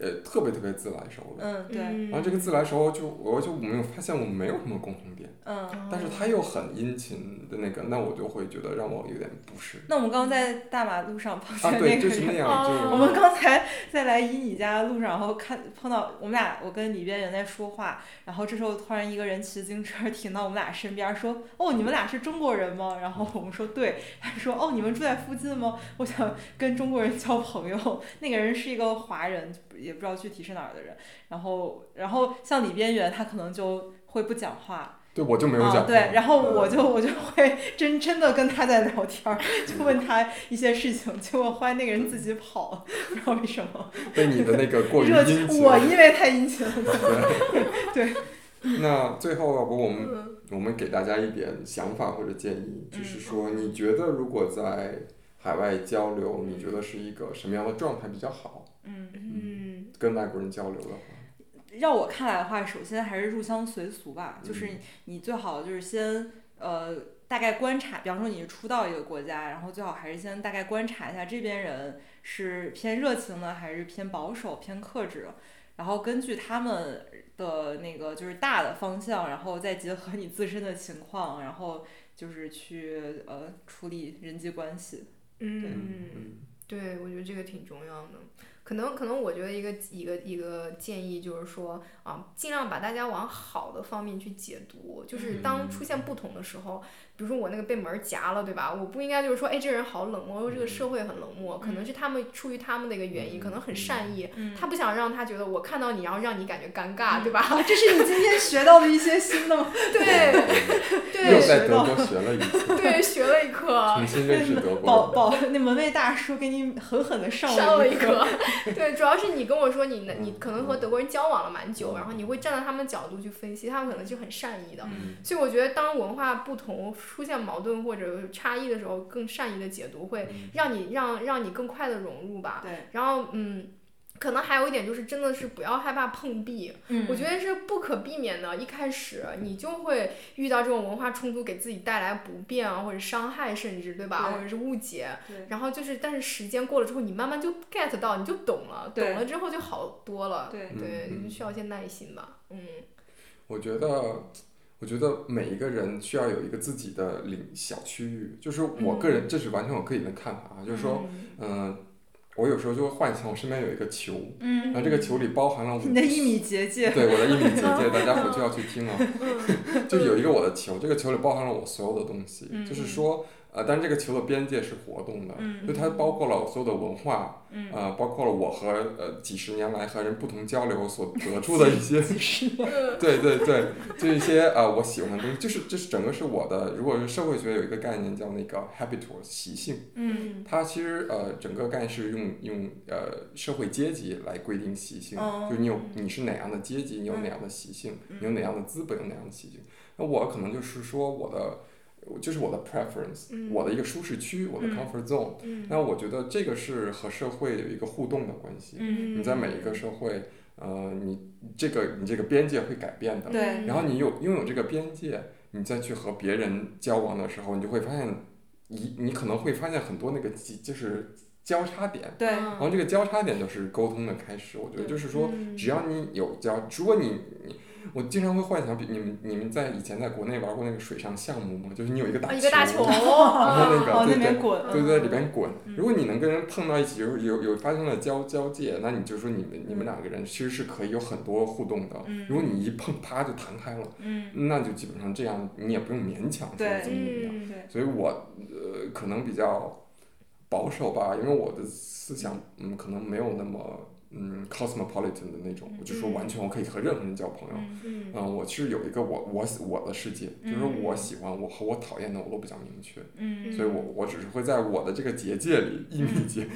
呃特别特别自来熟的。嗯，对，然后这个自来熟就我就没有发现我们没有什么共同点，嗯。但是他又很殷勤的那个，那我就会觉得让我有点不适。 那我们刚刚在大马路上 碰啊，见对，那个哦就是那人。样，就是我们刚才在来伊你家的路上，然后看碰到我们俩，我跟李边缘在说话，然后这时候突然一个人骑自行车停到我们俩身边，说：“哦，你们俩是中国人吗？”然后我们说：“对。”他说：“哦，你们住在附近吗？我想跟中国人交朋友。”那个人是一个华人，也不知道具体是哪儿的人。然后，然后像李边缘，他可能就会不讲话，对我就没有啊讲、嗯对，然后我就我就会真真的跟他在聊天儿，就问他一些事情，结果后来那个人自己跑了，不知道为什么。被你的那个过于热殷情，勤。我因为太殷勤了。那最后，要不我们嗯我们给大家一点想法或者建议，就是嗯说，你觉得如果在海外交流，你觉得是一个什么样的状态比较好？嗯，嗯跟外国人交流的话，让我看来的话，首先还是入乡随俗吧，就是你最好就是先呃大概观察，比方说你初到一个国家，然后最好还是先大概观察一下这边人是偏热情呢，还是偏保守、偏克制，然后根据他们的那个就是大的方向，然后再结合你自身的情况，然后就是去呃处理人际关系。嗯。嗯对，我觉得这个挺重要的。可能可能，我觉得一个一个一个建议就是说啊，尽量把大家往好的方面去解读。就是当嗯出现不同的时候，比比如说我那个被门儿夹了，对吧？我不应该就是说，哎，这个人好冷漠，或者这个社会很冷漠，可能是他们出于他们的一个原因，可能很善意，嗯他不想让他觉得我看到你，然后让你感觉尴尬，对吧？ 啊这是你今天学到的一些新的吗？对嗯又对在德国学了一次，对，学了一课重。新认识德 保国保那门卫大叔给你狠狠的上上了一一课， 对，主要是你跟我说你嗯你可能和德国人交往了蛮久，嗯然后你会站在他们角度去分析，他们可能就很善意的，嗯人。所以我觉得，当文化不同出现矛盾或者差异的时候，更善意的解读会嗯让你让让你更快的融入吧。对，然后嗯，可能还有一点就是，真的是不要害怕碰壁，嗯我觉得是不可避免的。一开始你就会遇到这种文化冲突，给自己带来不便啊，或者伤害，甚至对吧，对或者是误解。对然后就是，但是时间过了之后，你慢慢就 get 到，你就懂了，懂对了之后就好多了。对对，嗯嗯就需要一些耐心吧。嗯我觉得，我觉得每一个人需要有一个自己的领小区域，就是我个嗯人，这是完全我个人的看法啊，就是说，嗯嗯，我有时候就会幻想我身边有一个球，嗯，然后这个球里包含了我你的一米结界，对我的一 米结界，大家回去要去听啊。嗯 嗯就有一个我的球，这个球里包含了我所有的东西，嗯就是说，呃，但这个球的边界是活动的，嗯就它包括了我所有的文化，嗯呃，包括了我和呃几十年来和人不同交流所得出的一些，对对对，就一些呃我喜欢的东西，就是就是整个是我的。如果是社会学有一个概念叫那个 habitual 习性，嗯它其实呃整个概念是用用呃社会阶级来规定习性，哦嗯就是你有你是哪样的阶级，你有哪样的习性，你有哪样的资本，有哪样的习性。那我可能就是说我的。我就是我的 preference，、嗯我的一个舒适区，我的嗯 comfort zone、嗯那我觉得这个是和社会有一个互动的关系。嗯你在每一个社会，呃，你这个你这个边界会改变嗯的。对然后你有拥有这个边界，你再去和别人交往的时候，你就会发现，你你可能会发现很多那个几就是交叉点，对，然啊后这个交叉点就是沟通的开始。我觉得对就是说，只要你有交，如果你你，我经常会幻想，比你们你们在以前在国内玩过那个水上项目吗？就是你有一个啊，大一个大球，然后那个往哦那对边对。滚，对，在里边滚。如果你能跟人碰到一起，有有有发生了交交界，那你就说你们你们两个人其实是可以有很多互动的。嗯如果你一碰，啪就弹开了。嗯，那就基本上这样，你也不用勉强说对怎么怎么样。嗯对，所以我呃可能比较保守吧，因为我的思想嗯可能没有那么嗯 cosmopolitan 的那种，我就说完全我可以和任何人交朋友。嗯嗯嗯，我是有一个我我我的世界，就是嗯我喜欢我和我讨厌的我都比较明确，嗯所以我我只是会在我的这个结界里一米结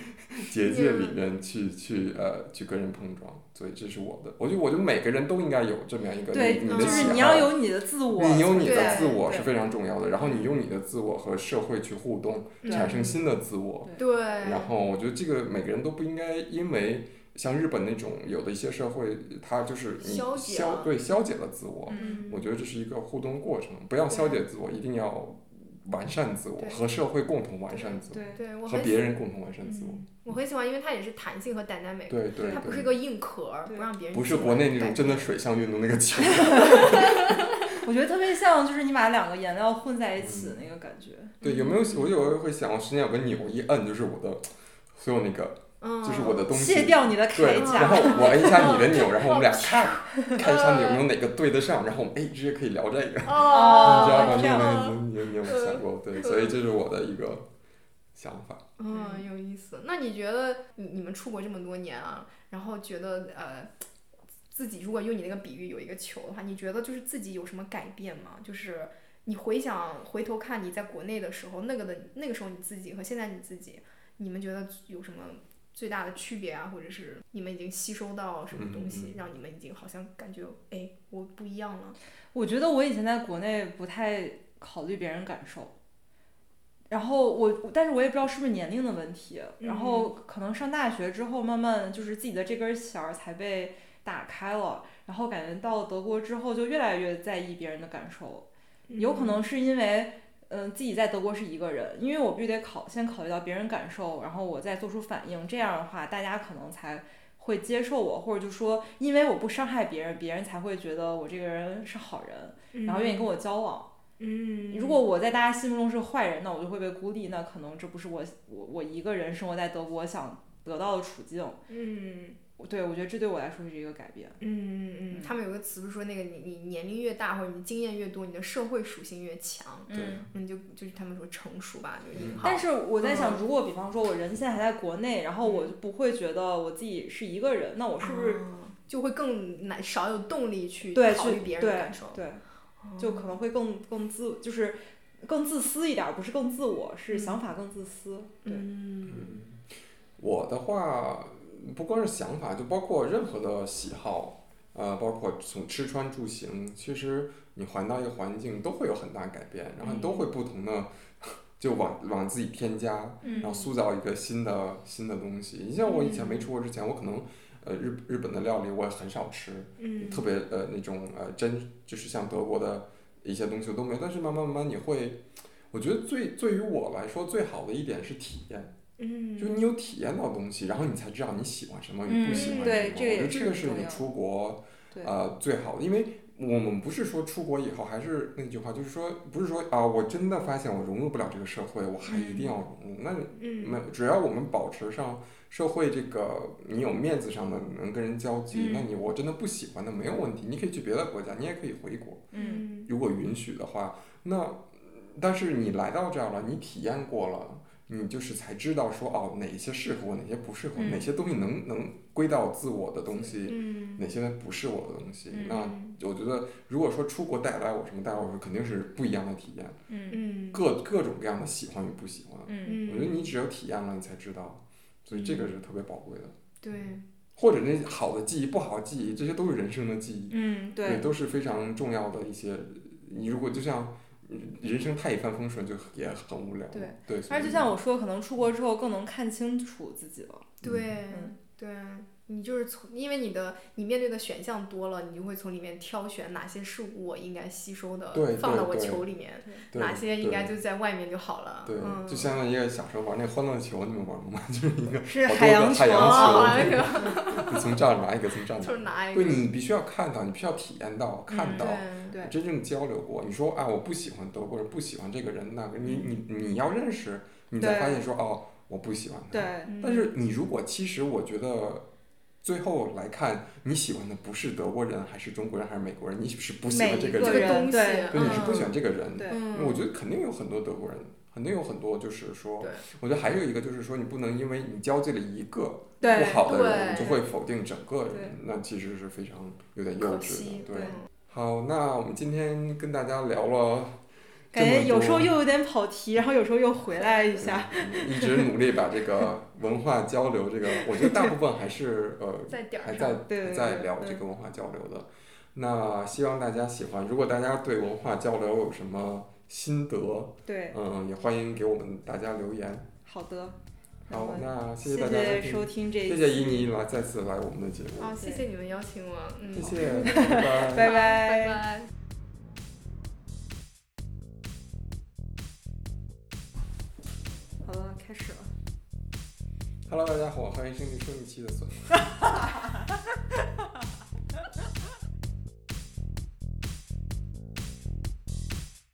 结界嗯里面去去呃去跟人碰撞，所以这是我的，我觉得我觉得每个人都应该有这么样一个你对，你的就喜是好。你要有你的自我，你有你的对自我对是非常重要的，然后你用你的自我和社会去互动，对产生新的自我。嗯对，然后我觉得这个每个人都不应该因为像日本那种有的一些社会，它就是你消消解了对消解了自我。嗯我觉得这是一个互动过程，不要消解自我，一定要完善自我，对和社会共同完善自对对我，我和很别人共同完善自我。嗯我很喜欢，因为它也是弹性和 dynamic，对对它不是对，个硬壳儿，对不让别人不是进来国内那种感真的觉水上运动那个球。我觉得特别像，就是你把两个颜料混在一起那个感觉，对，有没有我有时候会想，我身上有个钮，一摁就是我的所有那个嗯，就是我的东西。哦卸掉你的铠对，然后甲，我摁一下你的 钮，然后我们俩看看一下你有没有哪个对得上，然后我们哎直接可以聊这个，你嗯知道嗯哦吗？这那样嗯个哦，你你有你有没有想过？对，所以这是我的一个想法。嗯，有意思。那你觉得你你们出国这么多年啊，然后觉得呃，自己如果用你那个比喻有一个球的话，你觉得就是自己有什么改变吗？就是你回想回头看你在国内的时候，那个的那个时候你自己和现在你自己，你们觉得有什么？最大的区别啊，或者是你们已经吸收到什么东嗯西，嗯让你们已经好像感觉，哎，我不一样了。我觉得我以前在国内不太考虑别人感受，然后我，但是我也不知道是不是年龄的问题，然后可能上大学之后，慢慢就是自己的这根弦儿才被打开了，然后感觉到德国之后就越来越在意别人的感受，嗯有可能是因为。嗯，自己在德国是一个人，因为我必须得考，先考虑到别人感受，然后我再做出反应。这样的话，大家可能才会接受我，或者就说，因为我不伤害别人，别人才会觉得我这个人是好人。嗯，然后愿意跟我，我交往。嗯，如果我在大家心目中是坏人，那我就会被孤立，那可能这不是我我我一个人生活在德国想得到的处境。嗯，我对我觉得这对我来说是一个改变。嗯嗯嗯，他们有个词不是说那个你你年龄越大或者你经验越多，你的社会属性越强，对嗯，嗯，就就是他们说成熟吧，就是嗯引号但是我在想，如果比方说我人现在还在国内，然后我就不会觉得我自己是一个人，那我是不是嗯啊就会更难少有动力去对考虑去别人的对感受？嗯对，就可能会更更自就是更自私一点，不是更自我，是想法更自私。对，嗯嗯，我的话不光是想法，就包括任何的喜好，呃，包括从吃穿住行，其实你换到一个环境都会有很大改变，然后你都嗯会不同的， 就往往自己添加，嗯然嗯后塑造一个新的新的东西。你像我以前没出国之前，我可能。呃，日日本的料理我也很少吃，嗯特别呃那种呃真就是像德国的一些东西我都没有，但是慢慢慢慢你会，我觉得最对于我来说最好的一点是体验，嗯，就你有体验到东西，然后你才知道你喜欢什么与不喜欢什么。嗯对这个我觉得也这是个很是重你要出国对呃最好的，因为我们不是说出国以后还是那句话，就是说不是说啊，我真的发现我融入不了这个社会，我还一定要融入。那嗯那只要我们保持上社会这个你有面子上的能跟人交际，嗯那你我真的不喜欢的没有问题，你可以去别的国家，你也可以回国。嗯嗯如果允许的话，那但是你来到这儿了，你体验过了，你就是才知道说哦，哪些适合我，哪些不适合我，嗯哪些东西能能归到自我的东西，嗯，哪些不是我的东西。嗯那我觉得，如果说出国带来我什么带来我，肯定是不一样的体验，嗯嗯各各种各样的喜欢与不喜欢。嗯我觉得嗯，你只有体验了，你才知道，所以这个是特别宝贵的。嗯对，或者那好的记忆、不好的记忆，这些都是人生的记忆。嗯，也对，都是非常重要的一些。你如果就像嗯人生太一帆风顺，就也很无聊。对对，所而以就像我说，可能出国之后更能看清楚自己了。对嗯对，你就是从因为你的你面对的选项多了，你就会从里面挑选哪些是我应该吸收的对，放对到我对球里面，对哪些应该对就在外面就好了。对，嗯，就相当于一个小时候玩那欢乐球，你们玩过吗？ 就是一个是好多海个洋海洋球啊球哦，那个你从这儿拿一个，从这儿 就是拿。拿一个对，你必须要看到，你必须要体验到，看嗯到。对，对真正交流过，你说啊，我不喜欢德国人，不喜欢这个人，那个你你你要认识，你才对发现说哦，我不喜欢他。对，嗯但是你如果其实我觉得，最后来看你喜欢的不是德国人，还是中国人，还是美国人，你是不喜欢这这每人，一个东人西，对对，你是不喜嗯欢这个人。对嗯，我觉得肯定有很多德国人，肯定有很多就是说对，我觉得还有一个就是说，你不能因为你交际了一个对不好的人，你对就会否定整个对人，那其实是非常有点幼可稚的惜，。对，好，那我们今天跟大家聊了这感么多。觉哎有时候又有点跑题，然后有时候又回来一下。嗯一直努力把这个文化交流，这个我觉得大部分还是呃在点还儿在上，对对还对在聊这对个文化交流的。那希望大家喜欢。如果大家对文化交流有什么心得，对，嗯，也欢迎给我们大家留言。好的。那好么，那谢谢谢大家收收听，听这一谢期，谢伊妮来再次来我们的节目，好，哦谢谢你们邀请我，嗯，谢谢，拜拜。拜拜拜。好了，开始了。 Hello，大家好，欢迎收听新一期的《损》。